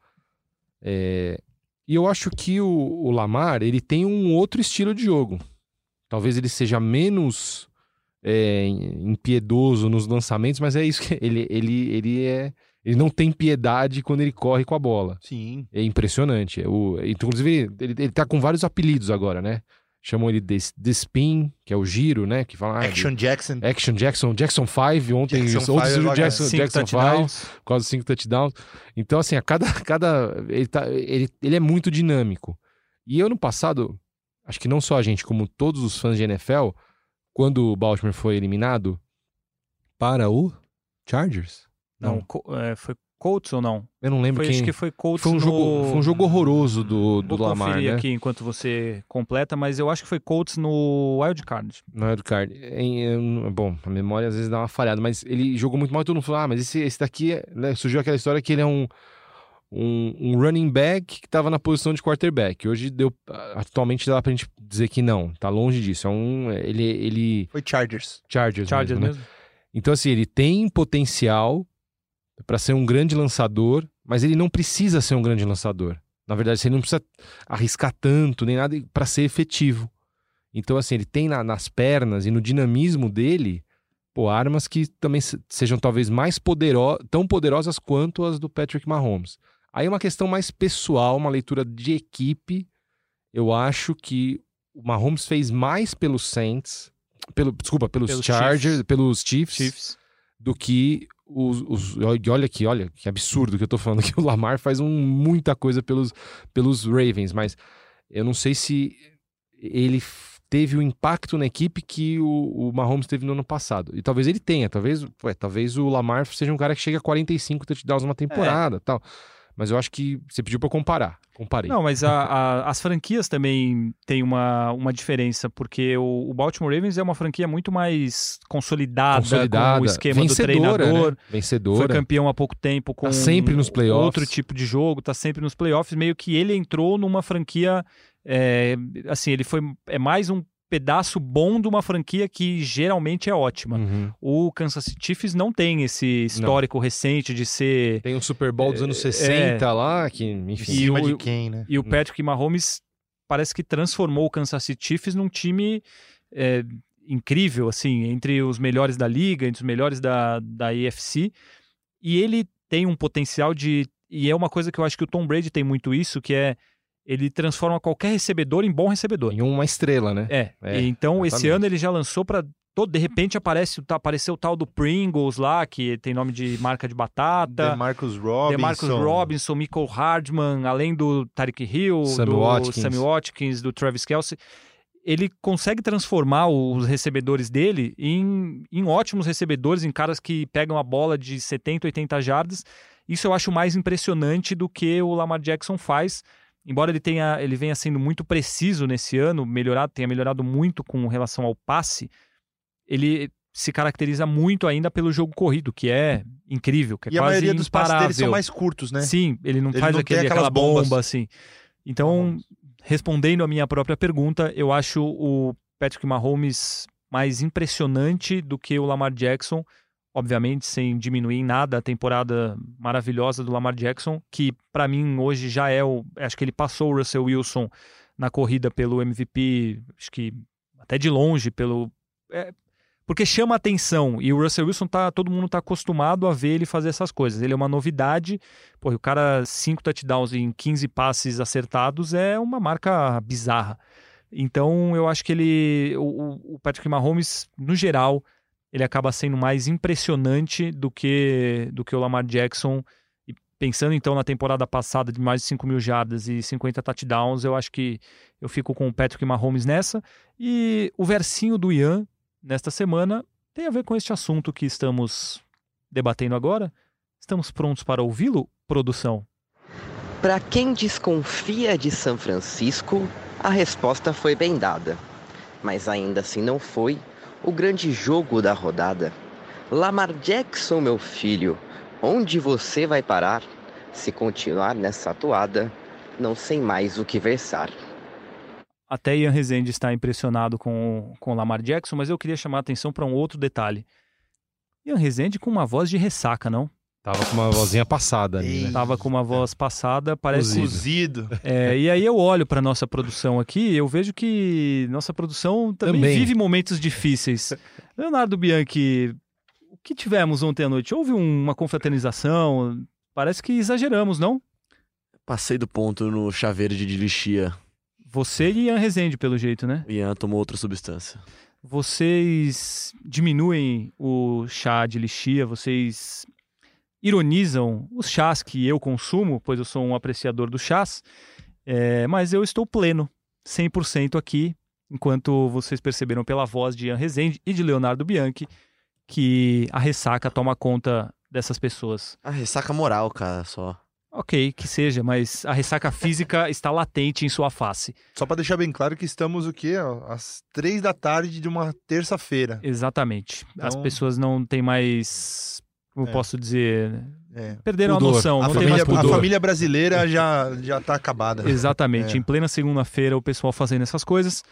Speaker 3: É, e eu acho que o, o Lamar, ele tem um outro estilo de jogo. Talvez ele seja menos é, impiedoso nos lançamentos, mas é isso que ele, ele, ele é. Ele não tem piedade quando ele corre com a bola.
Speaker 2: Sim.
Speaker 3: É impressionante. É O, inclusive, ele, ele tá com vários apelidos agora, né? Chamam ele de, de spin, que é o giro, né? Que fala, ah, de-
Speaker 2: Action Jackson.
Speaker 3: Action Jackson, Jackson 5, ontem,
Speaker 2: Jackson five, é
Speaker 3: ontem surgiu o
Speaker 2: olha,
Speaker 3: Jackson,
Speaker 1: Cinco
Speaker 3: Jackson 5
Speaker 1: touchdowns.
Speaker 3: quase cinco touchdowns. Então, assim, a cada. cada ele, tá, ele, ele é muito dinâmico. E eu, no passado, acho que não só a gente, como todos os fãs de NFL, quando o Baltimore foi eliminado para o Chargers.
Speaker 1: Não, co- é, foi Colts ou não?
Speaker 3: Eu não lembro
Speaker 1: Foi,
Speaker 3: quem.
Speaker 1: acho que foi Colts
Speaker 3: Foi um, jogo,
Speaker 1: no...
Speaker 3: foi um jogo horroroso do, do
Speaker 1: Vou
Speaker 3: Lamar,
Speaker 1: conferir
Speaker 3: né?
Speaker 1: aqui enquanto você completa, mas eu acho que foi Colts no Wild Card.
Speaker 3: No wildcard. é Em- em- Bom, a memória às vezes dá uma falhada, mas ele jogou muito mal e todo mundo falou: ah, mas esse, esse daqui. é- né, Surgiu aquela história que ele é um, um, um running back que estava na posição de quarterback. Hoje deu. Atualmente dá pra gente dizer que não, tá longe disso. É um. Ele. ele
Speaker 2: Foi Chargers.
Speaker 3: Chargers,
Speaker 1: Chargers
Speaker 3: mesmo, né?
Speaker 1: mesmo?
Speaker 3: Então, assim, ele tem potencial para ser um grande lançador, mas ele não precisa ser um grande lançador. Na verdade, assim, ele não precisa arriscar tanto nem nada para ser efetivo. Então, assim, ele tem na- nas pernas e no dinamismo dele, pô, armas que também se- sejam talvez mais poderosas, tão poderosas quanto as do Patrick Mahomes. Aí é uma questão mais pessoal, uma leitura de equipe. Eu acho que o Mahomes fez mais pelos Saints, pelo, desculpa, pelos,
Speaker 1: Pelos
Speaker 3: Chargers,
Speaker 1: Chiefs.
Speaker 3: pelos Chiefs,
Speaker 1: Chiefs.
Speaker 3: do que os, os- e Olha aqui, olha que absurdo que eu tô falando, que o Lamar faz um- muita coisa pelos, pelos Ravens, mas eu não sei se ele f- teve o impacto na equipe que o, o Mahomes teve no ano passado. E talvez ele tenha, talvez, ué, talvez o Lamar seja um cara que chega a 45 touchdowns uma temporada tal. Mas eu acho que você pediu pra eu comparar. Comparei.
Speaker 1: Não, mas a- a- as franquias também têm uma, uma diferença, porque o, o Baltimore Ravens é uma franquia muito mais consolidada,
Speaker 3: Consolidada,
Speaker 1: com o esquema do
Speaker 3: vencedora,
Speaker 1: treinador.
Speaker 3: né? vencedora.
Speaker 1: Foi campeão há pouco tempo com
Speaker 3: Tá sempre nos playoffs.
Speaker 1: outro tipo de jogo, tá sempre nos playoffs. Meio que ele entrou numa franquia. é, assim, ele foi. É mais um pedaço bom de uma franquia que geralmente é ótima.
Speaker 3: Uhum.
Speaker 1: O Kansas City Chiefs não tem esse histórico recente de ser.
Speaker 3: Tem o Super Bowl dos
Speaker 2: É,
Speaker 3: anos 60 lá, que, enfim.
Speaker 1: E
Speaker 2: Cima
Speaker 1: o-
Speaker 2: de quem, né?
Speaker 1: E o Patrick Mahomes parece que transformou o Kansas City Chiefs num time. é, incrível, assim, entre os melhores da liga, entre os melhores da, da EFC. E ele tem um potencial de. E é uma coisa que eu acho que o Tom Brady tem muito isso, que é ele transforma qualquer recebedor em bom recebedor.
Speaker 3: Em uma estrela, né?
Speaker 1: É.
Speaker 3: É,
Speaker 1: e então, esse
Speaker 3: exatamente.
Speaker 1: ano ele já lançou para todo. De repente aparece, o ta- apareceu o tal do Pringles lá, que tem nome de marca de batata.
Speaker 2: Demarcus Robinson.
Speaker 1: Demarcus Robinson, Michael Hardman, além do Tarek Hill,
Speaker 3: Sammy
Speaker 1: do
Speaker 3: Watkins.
Speaker 1: Sammy Watkins, do Travis Kelsey. Ele consegue transformar os recebedores dele em, em ótimos recebedores, em caras que pegam a bola de 70, 80 jardas. Isso eu acho mais impressionante do que o Lamar Jackson faz. Embora ele tenha, ele venha sendo muito preciso nesse ano, melhorado, tenha melhorado muito com relação ao passe, ele se caracteriza muito ainda pelo jogo corrido, que é incrível, que é
Speaker 2: E a
Speaker 1: quase
Speaker 2: maioria dos passes dele são
Speaker 1: imparável.
Speaker 2: mais curtos, né?
Speaker 1: Sim, ele não
Speaker 2: Ele
Speaker 1: faz
Speaker 2: não tem
Speaker 1: aquele, aquela
Speaker 2: aquelas bombas.
Speaker 1: bomba assim. Então, respondendo a minha própria pergunta, eu acho o Patrick Mahomes mais impressionante do que o Lamar Jackson, obviamente sem diminuir em nada a temporada maravilhosa do Lamar Jackson, que pra mim hoje já é o, acho que ele passou o Russell Wilson na corrida pelo MVP, acho que até de longe pelo é, porque chama atenção e o Russell Wilson tá, todo mundo tá acostumado a ver ele fazer essas coisas. Ele é uma novidade Pô, e o cara, cinco touchdowns em 15 passes acertados é uma marca bizarra. Então, eu acho que ele, o, o Patrick Mahomes, no geral, ele acaba sendo mais impressionante do que, do que o Lamar Jackson. E pensando então na temporada passada de mais de 5 mil jardas e 50 touchdowns, eu acho que eu fico com o Patrick Mahomes nessa. E o versinho do Ian, nesta semana, tem a ver com este assunto que estamos debatendo agora. Estamos prontos para ouvi-lo, produção?
Speaker 4: Para quem desconfia de São Francisco, a resposta foi bem dada. Mas ainda assim não foi o grande jogo da rodada. Lamar Jackson, meu filho, onde você vai parar se continuar nessa atuada? Não sei mais o que versar.
Speaker 1: Até Ian Rezende está impressionado com, com Lamar Jackson, mas eu queria chamar a atenção para um outro detalhe. Ian Rezende com uma voz de ressaca, não?
Speaker 3: Tava com uma vozinha passada ali, né?
Speaker 2: Ei.
Speaker 1: Tava com uma voz passada, parece.
Speaker 2: Cozido.
Speaker 1: É, e aí eu olho para nossa produção aqui e eu vejo que nossa produção também,
Speaker 3: Também.
Speaker 1: vive momentos difíceis. Leonardo Bianchi, o que tivemos ontem à noite? Houve um, uma confraternização? Parece que exageramos, não?
Speaker 5: Passei do ponto no chaveiro de lixia.
Speaker 1: Você e Ian Rezende, pelo jeito, né?
Speaker 5: Ian tomou outra substância.
Speaker 1: vocês diminuem o chá de lixia, vocês ironizam os chás que eu consumo, pois eu sou um apreciador dos chás, é, mas eu estou pleno, 100% aqui, enquanto vocês perceberam pela voz de Ian Rezende e de Leonardo Bianchi, que a ressaca toma conta dessas pessoas.
Speaker 5: Ah, ressaca moral, cara, só.
Speaker 1: Ok, que seja, mas a ressaca física está latente em sua face.
Speaker 2: Só pra deixar bem claro que estamos o quê? Ó, Às três da tarde de uma terça-feira.
Speaker 1: Exatamente. As
Speaker 2: Então-
Speaker 1: pessoas não têm mais. Como eu
Speaker 2: É.
Speaker 1: posso dizer?
Speaker 2: É.
Speaker 1: Perderam
Speaker 3: Pudor.
Speaker 1: a noção. não
Speaker 2: A
Speaker 1: tem
Speaker 2: família,
Speaker 1: mais
Speaker 2: a
Speaker 1: pudor.
Speaker 2: família brasileira já, já tá acabada.
Speaker 1: Exatamente.
Speaker 2: É.
Speaker 1: Em plena segunda-feira, o pessoal fazendo essas coisas.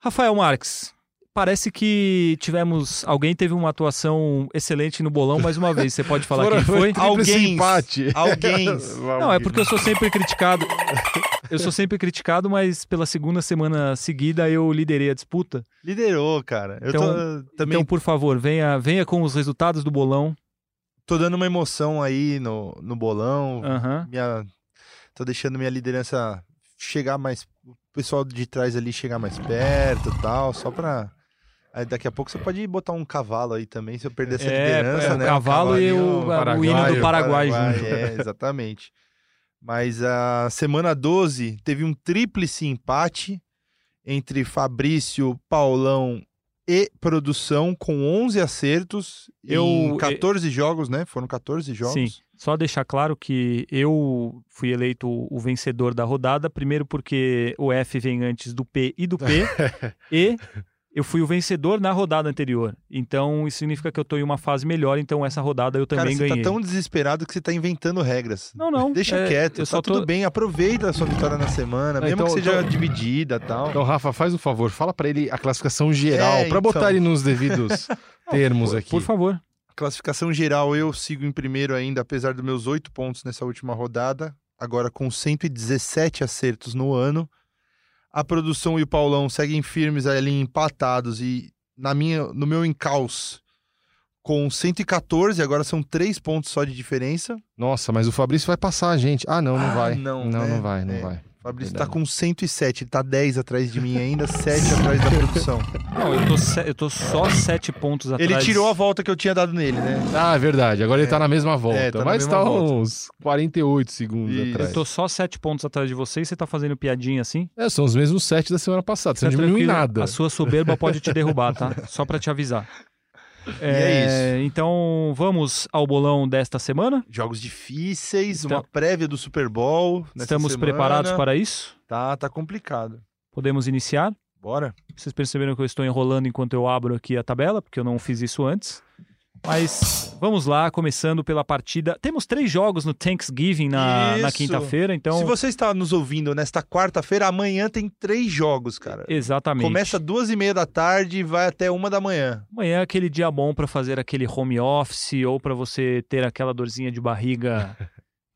Speaker 1: Rafael Marques, parece que tivemos. Alguém teve uma atuação excelente no bolão mais uma vez. Você pode falar
Speaker 3: Fora-
Speaker 1: quem foi?
Speaker 3: Tríplice
Speaker 2: Alguém.
Speaker 3: empate.
Speaker 2: Alguém.
Speaker 1: Não, é porque eu sou sempre criticado. Eu sou sempre criticado, mas pela segunda semana seguida eu liderei a disputa.
Speaker 2: Liderou, cara. Eu
Speaker 1: Então-
Speaker 2: tô, também
Speaker 1: Então, por favor, venha, venha com os resultados do bolão.
Speaker 2: tô dando uma emoção aí no, no bolão.
Speaker 1: Aham.
Speaker 2: Minha, tô deixando minha liderança chegar mais. O pessoal de trás ali chegar mais perto e tal, só pra. Aí daqui a pouco você pode botar um cavalo aí também, se eu perder essa
Speaker 1: É,
Speaker 2: liderança,
Speaker 1: é, o
Speaker 2: né?
Speaker 1: cavalo e o- a-
Speaker 2: cavalinho,
Speaker 3: o
Speaker 2: Paraguai,
Speaker 3: hino do
Speaker 1: Paraguai junto.
Speaker 2: É, exatamente. Mas a semana 12 teve um tríplice empate entre Fabrício, Paulão e produção com 11 acertos
Speaker 1: Eu-
Speaker 2: em 14 jogos, né? Foram 14 jogos.
Speaker 1: Sim. Só deixar claro que eu fui eleito o vencedor da rodada, primeiro porque o F vem antes do P e do P, e eu fui o vencedor na rodada anterior. Então isso significa que eu estou em uma fase melhor, então essa rodada eu
Speaker 2: Cara,
Speaker 1: também
Speaker 2: você
Speaker 1: ganhei.
Speaker 2: tá tão desesperado que você tá inventando regras.
Speaker 1: Não, não.
Speaker 2: Deixa
Speaker 1: é,
Speaker 2: quieto,
Speaker 1: eu
Speaker 2: tá
Speaker 1: só tô- É,
Speaker 2: tudo bem, aproveita a sua vitória na semana,
Speaker 3: Ah,
Speaker 2: mesmo
Speaker 3: então-
Speaker 2: que seja
Speaker 3: então-
Speaker 2: dividida e tal.
Speaker 3: Então, Rafa, faz o favor, fala pra ele a classificação geral,
Speaker 2: É,
Speaker 3: pra botar
Speaker 2: então.
Speaker 3: ele nos devidos termos aqui.
Speaker 1: Por favor.
Speaker 2: Classificação geral, eu sigo em primeiro ainda, apesar dos meus oito pontos nessa última rodada, agora com 117 acertos no ano. A produção e o Paulão seguem firmes ali empatados e na minha, no meu encalço com 114, agora são três pontos só de diferença.
Speaker 3: Nossa, mas o Fabrício vai passar a gente. Ah, não, não
Speaker 2: Ah,
Speaker 3: vai.
Speaker 2: não,
Speaker 3: não,
Speaker 2: né?
Speaker 3: não vai, não
Speaker 2: É.
Speaker 3: vai.
Speaker 2: O Fabrício
Speaker 3: Verdade.
Speaker 2: tá com 107, ele tá 10 atrás de mim ainda, 7 atrás da produção.
Speaker 1: Não, eu tô, se- eu tô só sete pontos atrás.
Speaker 2: Ele tirou a volta que eu tinha dado nele, né?
Speaker 3: Ah, é verdade. Agora ele tá na mesma volta.
Speaker 2: É, tá na
Speaker 3: mas
Speaker 2: mesma
Speaker 3: tá
Speaker 2: volta.
Speaker 3: uns 48 segundos
Speaker 2: Isso.
Speaker 3: atrás.
Speaker 1: Eu tô só sete pontos atrás de você e você tá fazendo piadinha assim?
Speaker 3: É, são os mesmos sete da semana passada. Você
Speaker 2: Tá
Speaker 1: Fica
Speaker 3: não diminui
Speaker 1: Tá tranquilo,
Speaker 3: nada.
Speaker 1: A sua soberba pode te derrubar, tá? Só pra te avisar.
Speaker 2: é
Speaker 1: Então vamos ao bolão desta semana.
Speaker 2: Jogos difíceis,
Speaker 1: Então-
Speaker 2: uma prévia do Super Bowl. nessa
Speaker 1: Estamos
Speaker 2: semana.
Speaker 1: preparados para isso?
Speaker 2: Tá, tá complicado.
Speaker 1: Podemos iniciar?
Speaker 2: Bora.
Speaker 1: Vocês perceberam que eu estou enrolando enquanto eu abro aqui a tabela, porque eu não fiz isso antes. Mas vamos lá, começando pela partida. Temos três jogos no Thanksgiving na, na
Speaker 2: Isso.
Speaker 1: quinta-feira, então.
Speaker 2: Se você está nos ouvindo nesta quarta-feira, amanhã tem três jogos, cara.
Speaker 1: Exatamente.
Speaker 2: Começa duas e meia da tarde e vai até uma da manhã.
Speaker 1: Amanhã é aquele dia bom para fazer aquele home office ou para você ter aquela dorzinha de barriga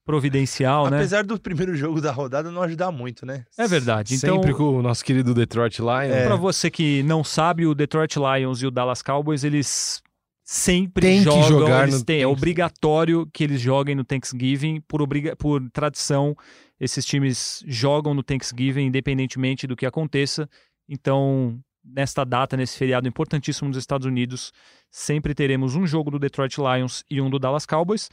Speaker 1: providencial, né?
Speaker 2: Apesar do primeiro jogo da rodada não ajudar muito, né?
Speaker 1: É verdade. Então,
Speaker 3: Sempre com É. o nosso querido Detroit Lions.
Speaker 1: Pra
Speaker 2: É.
Speaker 1: você que não sabe, o Detroit Lions e o Dallas Cowboys, eles sempre
Speaker 3: Tem que
Speaker 1: jogam.
Speaker 3: jogar
Speaker 1: eles
Speaker 3: no
Speaker 1: têm- é
Speaker 3: Thanksgiving.
Speaker 1: obrigatório que eles joguem no Thanksgiving. Por, obriga, por tradição, esses times jogam no Thanksgiving, independentemente do que aconteça. Então, nesta data, nesse feriado importantíssimo dos Estados Unidos, sempre teremos um jogo do Detroit Lions e um do Dallas Cowboys.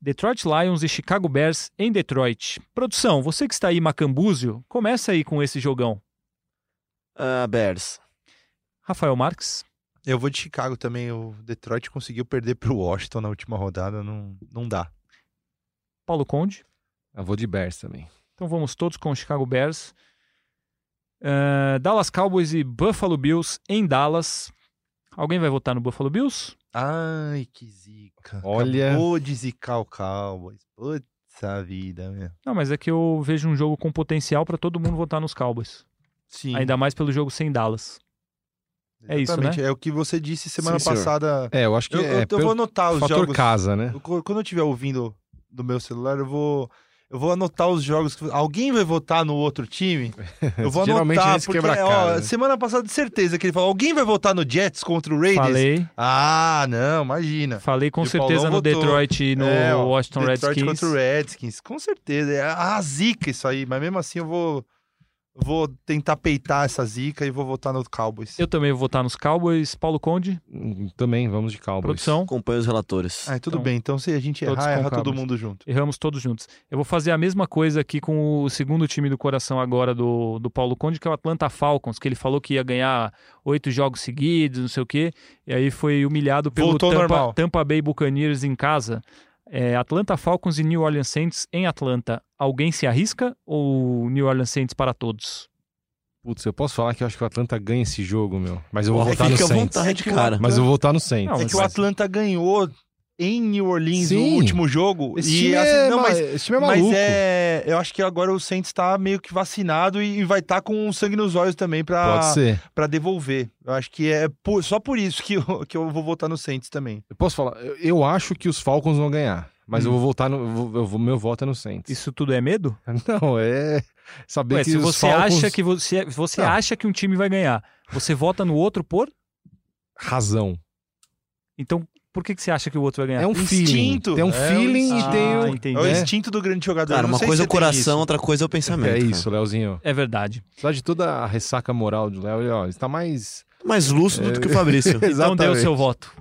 Speaker 1: Detroit Lions e Chicago Bears em Detroit. Produção, você que está aí macambúzio, começa aí com esse jogão.
Speaker 5: Ah, Bears.
Speaker 1: Rafael Marques.
Speaker 2: Eu vou de Chicago também. O Detroit conseguiu perder pro Washington na última rodada. Não, não dá.
Speaker 1: Paulo Conde.
Speaker 3: Eu Ah, vou de Bears também.
Speaker 1: Então vamos todos com o Chicago Bears. Ah, Dallas Cowboys e Buffalo Bills em Dallas. Alguém vai votar no Buffalo Bills?
Speaker 2: Ai, que zica.
Speaker 3: Olha.
Speaker 2: Acabou de zicar o Cowboys. Puta vida, meu.
Speaker 1: Não, mas é que eu vejo um jogo com potencial para todo mundo votar nos Cowboys.
Speaker 2: Sim.
Speaker 1: Ainda mais pelo jogo sem Dallas. é isso,
Speaker 2: exatamente. É o que você disse semana
Speaker 5: Sim, senhor.
Speaker 2: passada.
Speaker 3: É, eu acho que
Speaker 2: Eu, eu-
Speaker 3: né? é
Speaker 2: eu
Speaker 3: pelo
Speaker 2: vou anotar os
Speaker 3: fator
Speaker 2: jogos.
Speaker 3: casa, né?
Speaker 2: Eu- Quando eu estiver ouvindo do meu celular, eu vou. Eu vou anotar os jogos. que- Alguém vai votar no outro time? Eu vou
Speaker 3: Geralmente
Speaker 2: anotar,
Speaker 3: esse
Speaker 2: porque
Speaker 3: quebra-cara,
Speaker 2: ó,
Speaker 3: né?
Speaker 2: semana passada, de certeza, que ele falou: alguém vai votar no Jets contra o Raiders?
Speaker 1: Falei,
Speaker 2: Ah, não, imagina.
Speaker 1: falei com
Speaker 2: E o
Speaker 1: certeza
Speaker 2: Paulão
Speaker 1: no
Speaker 2: votou.
Speaker 1: Detroit e no
Speaker 2: É, ó,
Speaker 1: Washington
Speaker 2: Detroit
Speaker 1: Redskins.
Speaker 2: contra o Redskins, com certeza. É a zica isso aí, mas mesmo assim eu vou, Vou tentar peitar essa zica e vou votar no Cowboys.
Speaker 1: Eu também vou votar nos Cowboys. Paulo Conde,
Speaker 3: Hum, Também, vamos de Cowboys.
Speaker 1: produção.
Speaker 5: Acompanha os relatores.
Speaker 2: Ah, tudo
Speaker 1: Então,
Speaker 2: bem. Então se a gente
Speaker 1: todos
Speaker 2: errar, erra
Speaker 1: com
Speaker 2: todo
Speaker 1: Cowboys.
Speaker 2: mundo junto.
Speaker 1: Erramos todos juntos. Eu vou fazer a mesma coisa aqui com o segundo time do coração agora do, do Paulo Conde, que é o Atlanta Falcons, que ele falou que ia ganhar oito jogos seguidos, não sei o quê, e aí foi humilhado pelo
Speaker 2: Voltou ao
Speaker 1: Tampa,
Speaker 2: normal.
Speaker 1: Tampa Bay Buccaneers em casa. É, Atlanta Falcons e New Orleans Saints em Atlanta. Alguém se arrisca ou New Orleans Saints para todos?
Speaker 3: Putz, eu posso falar que eu acho que o Atlanta ganha esse jogo, meu. Mas eu vou
Speaker 5: Porra,
Speaker 3: votar no
Speaker 5: é fica à
Speaker 3: Saints.
Speaker 5: vontade, né? cara.
Speaker 3: Mas eu vou votar no Saints.
Speaker 1: Não,
Speaker 2: é
Speaker 1: mas-
Speaker 2: que o Atlanta ganhou em New Orleans
Speaker 3: Sim.
Speaker 2: no último jogo.
Speaker 3: Esse
Speaker 2: e
Speaker 3: time,
Speaker 2: assim,
Speaker 3: é,
Speaker 2: não,
Speaker 3: ma-
Speaker 2: mas,
Speaker 3: esse time é
Speaker 2: mas
Speaker 3: maluco.
Speaker 2: é- Eu acho que agora o Saints tá meio que vacinado e, e vai estar com sangue nos olhos também
Speaker 3: Pode
Speaker 2: pra,
Speaker 3: ser.
Speaker 2: pra devolver. Eu acho que é por- só por isso que eu, que eu vou votar no Saints também.
Speaker 3: Eu posso falar? Eu, eu acho que os Falcons vão ganhar. Mas eu vou votar no. eu vou- eu vou- meu voto é no Saints.
Speaker 1: Isso tudo é medo?
Speaker 3: Não, é. Saber
Speaker 1: Ué,
Speaker 3: que
Speaker 1: se
Speaker 3: os
Speaker 1: você
Speaker 3: Falcons-
Speaker 1: acha que você, você
Speaker 3: Não.
Speaker 1: acha que um time vai ganhar, você vota no outro por?
Speaker 3: Razão.
Speaker 1: Então, por que, que você acha que o outro vai ganhar?
Speaker 3: É um
Speaker 2: Instinto.
Speaker 3: feeling. Tem um
Speaker 2: É,
Speaker 3: feeling
Speaker 2: o
Speaker 3: e tem
Speaker 1: Ah,
Speaker 3: o.
Speaker 2: É
Speaker 1: entendi.
Speaker 2: o
Speaker 3: né?
Speaker 2: instinto do grande jogador.
Speaker 5: Cara,
Speaker 2: Eu não
Speaker 5: uma
Speaker 2: sei
Speaker 5: coisa
Speaker 2: se
Speaker 5: é o
Speaker 2: você tem
Speaker 5: coração,
Speaker 2: isso.
Speaker 5: outra coisa é o pensamento.
Speaker 3: É isso,
Speaker 5: cara.
Speaker 3: Leozinho.
Speaker 1: É verdade.
Speaker 3: Apesar de toda a ressaca moral do Léo, ele, ó, está mais.
Speaker 5: Mais lúcido do que o Fabrício.
Speaker 1: Então dê o seu voto.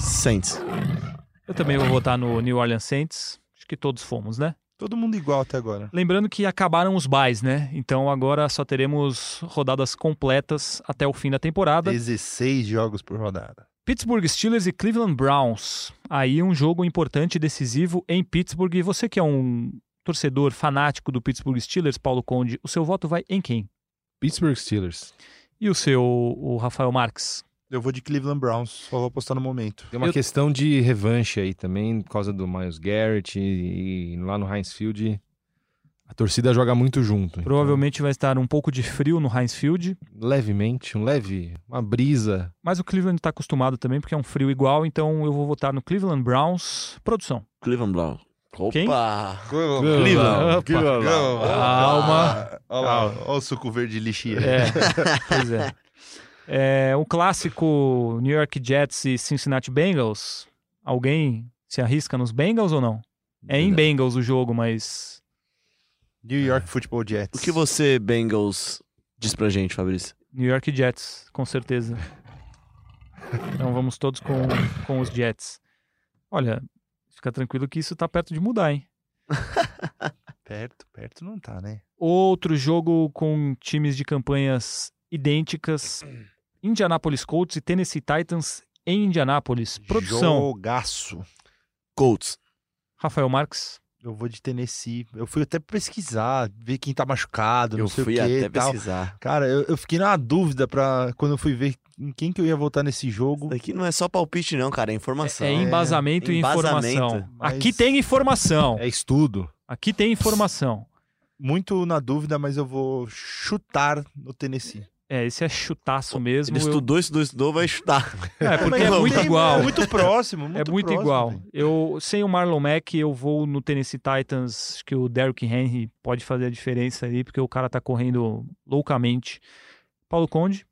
Speaker 5: Saints.
Speaker 1: Eu também vou votar no New Orleans Saints. Acho que todos fomos, né?
Speaker 2: Todo mundo igual até agora.
Speaker 1: Lembrando que acabaram os buys, né? Então agora só teremos rodadas completas até o fim da temporada.
Speaker 2: 16 jogos por rodada.
Speaker 1: Pittsburgh Steelers e Cleveland Browns. Aí um jogo importante e decisivo em Pittsburgh. E você que é um torcedor fanático do Pittsburgh Steelers, Paulo Conde, o seu voto vai em quem?
Speaker 3: Pittsburgh Steelers.
Speaker 1: E o seu, o Rafael Marques?
Speaker 2: Eu vou de Cleveland Browns, só vou apostar no momento.
Speaker 3: Tem uma
Speaker 1: Eu-
Speaker 3: questão de revanche aí também, por causa do Miles Garrett e, e lá no Heinz Field. A torcida joga muito junto. então,
Speaker 1: Provavelmente vai estar um pouco de frio no Heinz Field,
Speaker 3: levemente, um leve, uma brisa.
Speaker 1: mas o Cleveland está acostumado também porque é um frio igual, então eu vou votar no Cleveland Browns. Produção.
Speaker 5: Cleveland Brown.
Speaker 1: Quem?
Speaker 5: Opa!
Speaker 1: Cleveland. Opa.
Speaker 5: Cleveland.
Speaker 1: Calma.
Speaker 2: Olha lá, olha o suco verde lixia.
Speaker 1: É, pois é. É, o clássico New York Jets e Cincinnati Bengals. Alguém se arrisca nos Bengals ou não? É em Bengals o jogo, mas
Speaker 2: New York Football Jets.
Speaker 5: O que você, Bengals, diz pra gente, Fabrício?
Speaker 1: New York Jets, com certeza. Então vamos todos com, com os Jets. Olha, fica tranquilo que isso tá perto de mudar, hein?
Speaker 2: Perto, perto não tá, né?
Speaker 1: Outro jogo com times de campanhas idênticas. Indianapolis Colts e Tennessee Titans em Indianapolis. Produção.
Speaker 2: Jogaço.
Speaker 5: Colts.
Speaker 1: Rafael Marques.
Speaker 2: Eu vou de Tennessee. Eu fui até pesquisar, ver quem tá machucado, não
Speaker 5: Eu
Speaker 2: sei
Speaker 5: fui
Speaker 2: o que
Speaker 5: até
Speaker 2: e tal.
Speaker 5: pesquisar.
Speaker 2: Cara, eu, eu fiquei na dúvida pra quando eu fui ver em quem que eu ia votar nesse jogo.
Speaker 5: Aqui não é só palpite, não, cara. É informação.
Speaker 1: É embasamento e
Speaker 5: Embasamento,
Speaker 1: informação.
Speaker 2: mas-
Speaker 1: Aqui tem informação.
Speaker 3: É estudo.
Speaker 1: Aqui tem informação.
Speaker 2: Muito na dúvida, mas eu vou chutar no Tennessee.
Speaker 1: É, esse é chutaço mesmo.
Speaker 5: Ele
Speaker 1: eu-
Speaker 5: estudou, estudou, estudou, vai estudar.
Speaker 1: É, porque
Speaker 2: Mas
Speaker 1: é
Speaker 5: não
Speaker 1: muito
Speaker 2: tem-
Speaker 1: igual.
Speaker 2: É muito próximo.
Speaker 1: é muito
Speaker 2: próximo,
Speaker 1: igual.
Speaker 2: velho.
Speaker 1: Eu, sem o Marlon Mack, eu vou no Tennessee Titans, acho que o Derrick Henry pode fazer a diferença aí, porque o cara tá correndo loucamente. Paulo Conde,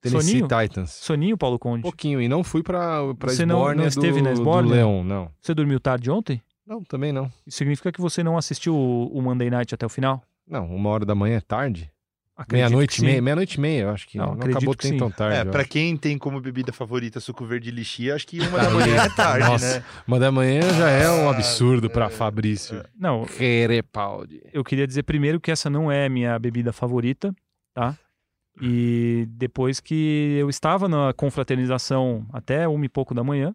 Speaker 3: Tennessee
Speaker 1: Soninho?
Speaker 3: Titans.
Speaker 1: soninho, Paulo
Speaker 3: Um
Speaker 1: Conde.
Speaker 3: pouquinho. E não fui pra, pra
Speaker 1: Você não- não
Speaker 3: Esbórnia
Speaker 1: esteve
Speaker 3: do,
Speaker 1: na Esbórnia?
Speaker 3: do Leão, não.
Speaker 1: Você dormiu tarde ontem?
Speaker 3: Não, também não.
Speaker 1: Isso significa que você não assistiu o o Monday Night até o final?
Speaker 3: Não, uma hora da manhã é tarde.
Speaker 1: Acredito que
Speaker 3: Meia-noite e
Speaker 1: sim.
Speaker 3: meia. Meia-noite e meia, eu acho que.
Speaker 1: Não,
Speaker 3: Não,
Speaker 1: acredito
Speaker 3: acabou
Speaker 1: que
Speaker 3: que
Speaker 1: sim.
Speaker 3: nem tão tarde.
Speaker 2: É,
Speaker 3: eu
Speaker 2: pra
Speaker 3: acho.
Speaker 2: quem tem como bebida favorita suco verde e lixia, acho que
Speaker 1: Tá
Speaker 2: uma da manhã é tarde,
Speaker 3: Nossa,
Speaker 2: né?
Speaker 3: uma da manhã já é um
Speaker 2: Ah,
Speaker 3: absurdo pra Fabrício.
Speaker 2: É.
Speaker 1: Não,
Speaker 3: Querepaldi.
Speaker 1: eu queria dizer primeiro que essa não é minha bebida favorita, tá? E depois que eu estava na confraternização até uma e pouco da manhã,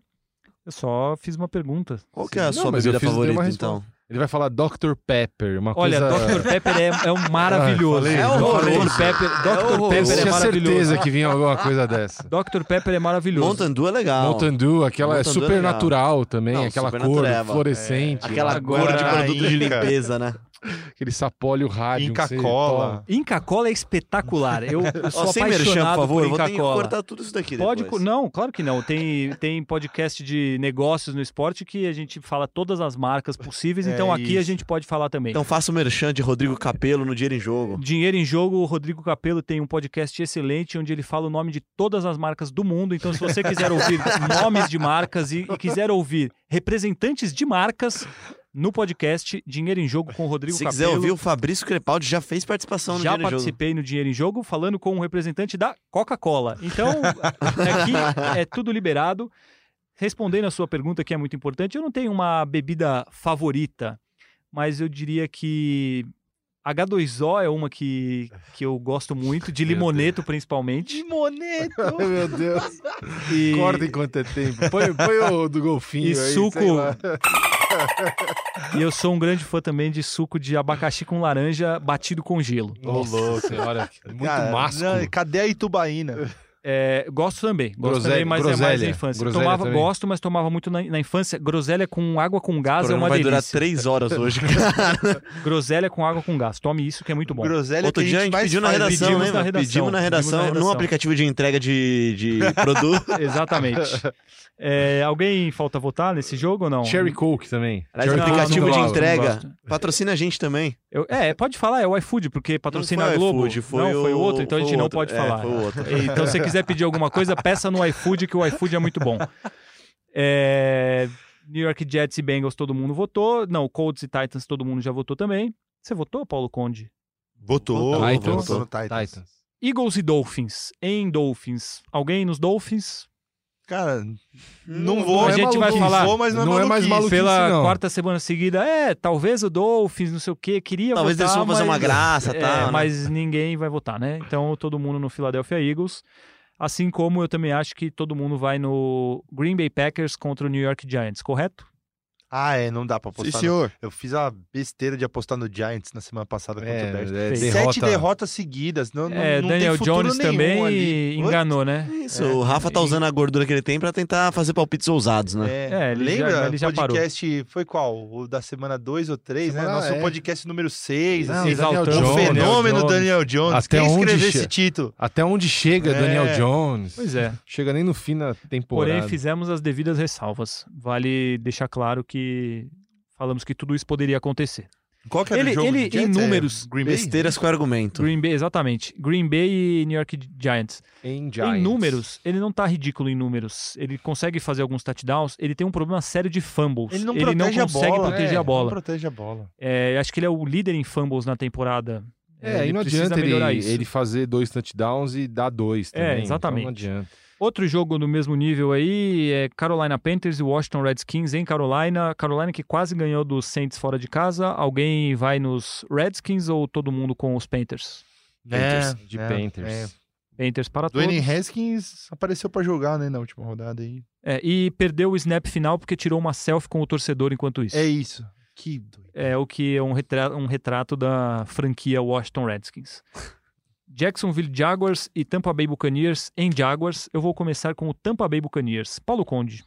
Speaker 1: eu só fiz uma pergunta.
Speaker 5: Qual que é a
Speaker 3: Não,
Speaker 5: sua
Speaker 3: mas eu
Speaker 5: bebida
Speaker 3: fiz- dei uma
Speaker 5: favorita,
Speaker 3: resposta.
Speaker 5: então?
Speaker 3: Ele vai falar Dr. Pepper, uma
Speaker 1: Olha,
Speaker 3: coisa... Ah,
Speaker 1: Dr. Pepper é, é um maravilhoso.
Speaker 2: falei,
Speaker 5: É
Speaker 1: Dr.
Speaker 5: horroroso.
Speaker 1: Pepper,
Speaker 5: É
Speaker 1: Dr.
Speaker 5: horroroso.
Speaker 1: Pepper é
Speaker 3: tinha
Speaker 1: maravilhoso.
Speaker 3: certeza que vinha alguma coisa dessa.
Speaker 1: Dr. Pepper é maravilhoso.
Speaker 5: Montandu é legal.
Speaker 3: Mountain Dew, aquela é
Speaker 5: Mountain Dew é
Speaker 3: supernatural também,
Speaker 5: Não,
Speaker 3: aquela cor
Speaker 1: é.
Speaker 5: supernatureva.
Speaker 3: fluorescente,
Speaker 5: Aquela
Speaker 2: Agora-
Speaker 5: cor de produto de
Speaker 2: Inca.
Speaker 5: limpeza, né?
Speaker 3: aquele sapólio rádio.
Speaker 2: Inca Cola.
Speaker 1: Inca Cola é espetacular. Eu, eu sou
Speaker 5: Ó, sem
Speaker 1: apaixonado
Speaker 5: merchan, por favor. eu Vou
Speaker 1: Inca
Speaker 5: ter que
Speaker 1: Kola.
Speaker 5: cortar tudo isso daqui
Speaker 1: Pode,
Speaker 5: depois.
Speaker 1: co- não, claro que não. Tem, tem podcast de negócios no esporte que a gente fala todas as marcas possíveis,
Speaker 2: É
Speaker 1: então aqui a
Speaker 2: isso.
Speaker 1: gente pode falar também.
Speaker 5: Então faça o merchan de Rodrigo Capelo no Dinheiro em Jogo.
Speaker 1: Dinheiro em Jogo, o Rodrigo Capello tem um podcast excelente onde ele fala o nome de todas as marcas do mundo. Então, se você quiser ouvir nomes de marcas e, e quiser ouvir representantes de marcas, no podcast Dinheiro em Jogo com o Rodrigo
Speaker 5: Se quiser
Speaker 1: Capello.
Speaker 5: ouvir, o Fabrício Crepaldi já fez participação no
Speaker 1: já
Speaker 5: Dinheiro em Jogo.
Speaker 1: participei no Dinheiro em Jogo falando com um representante da Coca-Cola. Então, aqui é tudo liberado. Respondendo a sua pergunta, que é muito importante, eu não tenho uma bebida favorita, mas eu diria que H2O é uma que, que eu gosto muito, de
Speaker 3: Meu
Speaker 1: limoneto principalmente.
Speaker 2: Limoneto!
Speaker 3: Meu Deus.
Speaker 1: E...
Speaker 3: Corta enquanto é tempo. Põe, põe o do golfinho
Speaker 1: E
Speaker 3: aí, sei
Speaker 1: suco.
Speaker 3: lá.
Speaker 1: E eu sou um grande fã também de suco de abacaxi com laranja batido com gelo.
Speaker 3: Nossa senhora, muito
Speaker 2: Cara,
Speaker 3: másculo.
Speaker 2: não, Cadê a Itubaína?
Speaker 1: É, gosto também, gosto
Speaker 3: Groselha-
Speaker 1: também, mas é mais
Speaker 3: groselha.
Speaker 1: na infância.
Speaker 3: Groselha
Speaker 1: tomava,
Speaker 3: também.
Speaker 1: gosto, mas tomava muito na, na infância. Groselha com água com gás é
Speaker 5: programa
Speaker 1: uma
Speaker 5: vai durar
Speaker 1: delícia.
Speaker 5: três horas hoje, cara.
Speaker 1: Groselha com água com gás, tome isso que é muito bom.
Speaker 2: Groselha
Speaker 5: Outro
Speaker 2: que
Speaker 5: dia a
Speaker 2: a gente
Speaker 5: gente
Speaker 2: mais
Speaker 5: pediu na
Speaker 2: faz, né?
Speaker 5: redação,
Speaker 1: pedimos
Speaker 5: lembra?
Speaker 1: na redação, pedimos
Speaker 5: pedimos na
Speaker 1: na
Speaker 5: redação, num
Speaker 1: redação.
Speaker 5: aplicativo de entrega de, de produto.
Speaker 1: Exatamente. É, alguém falta votar nesse jogo ou não?
Speaker 3: Cherry Coke também.
Speaker 5: Aliás,
Speaker 3: Cherry
Speaker 1: Não,
Speaker 3: Coke
Speaker 5: aplicativo
Speaker 1: não
Speaker 5: de
Speaker 1: gosto, não
Speaker 5: entrega.
Speaker 1: gosto.
Speaker 5: Patrocina a gente também.
Speaker 1: Eu- é, pode falar, é o iFood, porque patrocina
Speaker 5: Não foi
Speaker 1: a
Speaker 5: o
Speaker 1: Globo.
Speaker 5: iFood, foi
Speaker 1: não, foi
Speaker 5: o-
Speaker 1: outro, então a
Speaker 5: foi
Speaker 1: gente não
Speaker 5: outro.
Speaker 1: pode
Speaker 5: É,
Speaker 1: falar.
Speaker 5: foi o outro.
Speaker 1: Então, se você quiser pedir alguma coisa, peça no iFood, que o iFood é muito bom. É, New York Jets e Bengals, todo mundo votou. Não, Colts e Titans, todo mundo já votou também. Você votou, Paulo Conde?
Speaker 2: Botou, botou,
Speaker 3: Titans.
Speaker 2: botou no Titans.
Speaker 3: Titans.
Speaker 1: Eagles e Dolphins. Em Dolphins. Alguém nos Dolphins?
Speaker 2: Cara, não vou.
Speaker 1: Hum, A
Speaker 2: é
Speaker 1: gente vai
Speaker 2: maluquice.
Speaker 1: falar.
Speaker 2: Vou, mas não,
Speaker 3: Não é mais
Speaker 2: maluquice.
Speaker 3: Maluquice,
Speaker 1: Pela
Speaker 3: não.
Speaker 1: quarta semana seguida, é, talvez o Dolphins, não sei o quê, queria
Speaker 5: Talvez
Speaker 1: votar,
Speaker 5: eles vão fazer
Speaker 1: mas-
Speaker 5: uma graça,
Speaker 1: É,
Speaker 5: tá? né?
Speaker 1: mas ninguém vai votar, né? Então todo mundo no Philadelphia Eagles. Assim como eu também acho que todo mundo vai no Green Bay Packers contra o New York Giants, correto?
Speaker 2: Ah, é, não dá pra
Speaker 5: Sim,
Speaker 2: apostar. no-
Speaker 5: senhor.
Speaker 2: Eu fiz a besteira de apostar no Giants na semana passada contra o Bears.
Speaker 3: É, é,
Speaker 1: Sete
Speaker 2: Sete
Speaker 3: derrota.
Speaker 2: derrotas seguidas. Não, não,
Speaker 1: é,
Speaker 2: não
Speaker 1: Daniel
Speaker 2: tem futuro
Speaker 1: Jones
Speaker 2: nenhum
Speaker 1: também
Speaker 2: ali.
Speaker 1: enganou, né?
Speaker 5: Isso, o Rafa tá usando a gordura que ele tem pra tentar fazer palpites ousados, né?
Speaker 1: É, ele
Speaker 2: Lembra?
Speaker 1: já- ele já
Speaker 2: o podcast foi qual? O da semana 2 ou 3, né?
Speaker 3: Semana-
Speaker 2: Nosso
Speaker 3: é.
Speaker 2: podcast número 6.
Speaker 3: Não,
Speaker 2: assim,
Speaker 1: exaltando
Speaker 2: o
Speaker 1: Jones,
Speaker 2: fenômeno
Speaker 1: Jones.
Speaker 2: Daniel Jones.
Speaker 3: Até
Speaker 2: Quem
Speaker 3: onde
Speaker 2: escreveu
Speaker 3: che-
Speaker 2: esse título?
Speaker 3: Até onde chega
Speaker 2: É.
Speaker 3: Daniel Jones?
Speaker 1: Pois é.
Speaker 3: Chega nem no fim da temporada.
Speaker 1: Porém, fizemos as devidas ressalvas. Vale deixar claro que falamos que tudo isso poderia acontecer.
Speaker 2: Qual que era
Speaker 1: Ele-
Speaker 2: o jogo
Speaker 1: ele,
Speaker 2: do Jets?
Speaker 1: em
Speaker 2: É
Speaker 1: números,
Speaker 2: Green Bay?
Speaker 5: Besteiras com argumento.
Speaker 1: Green Bay, exatamente. Green Bay e New York Giants.
Speaker 3: em, Giants.
Speaker 1: Em números, ele não tá ridículo em números. Ele consegue fazer alguns touchdowns. Ele tem um problema sério de fumbles.
Speaker 2: Ele não protege a
Speaker 1: consegue
Speaker 2: bola,
Speaker 1: proteger
Speaker 3: é,
Speaker 1: a
Speaker 2: Não
Speaker 1: bola.
Speaker 2: protege a bola.
Speaker 1: É, acho que ele é o líder em fumbles na temporada.
Speaker 3: É,
Speaker 1: ele
Speaker 3: e não
Speaker 1: precisa
Speaker 3: adianta
Speaker 1: melhorar
Speaker 3: ele,
Speaker 1: isso. É,
Speaker 3: ele fazer dois touchdowns e dar dois também. então
Speaker 1: exatamente.
Speaker 3: não adianta.
Speaker 1: Outro jogo no mesmo nível aí é Carolina Panthers e Washington Redskins em Carolina. Carolina que quase ganhou dos Saints fora de casa. Alguém vai nos Redskins ou todo mundo com os Panthers?
Speaker 2: É,
Speaker 3: Panthers, de Panthers.
Speaker 1: Panthers para
Speaker 2: Dwayne
Speaker 1: todos.
Speaker 2: Haskins apareceu pra jogar, né, na última rodada aí.
Speaker 1: É, e perdeu o snap final porque tirou uma selfie com o torcedor enquanto isso.
Speaker 2: É isso. Que doido.
Speaker 1: é o que é um retrato, um retrato da franquia Washington Redskins. Jacksonville Jaguars e Tampa Bay Buccaneers em Jaguars. Eu vou começar com o Tampa Bay Buccaneers. Paulo Conde.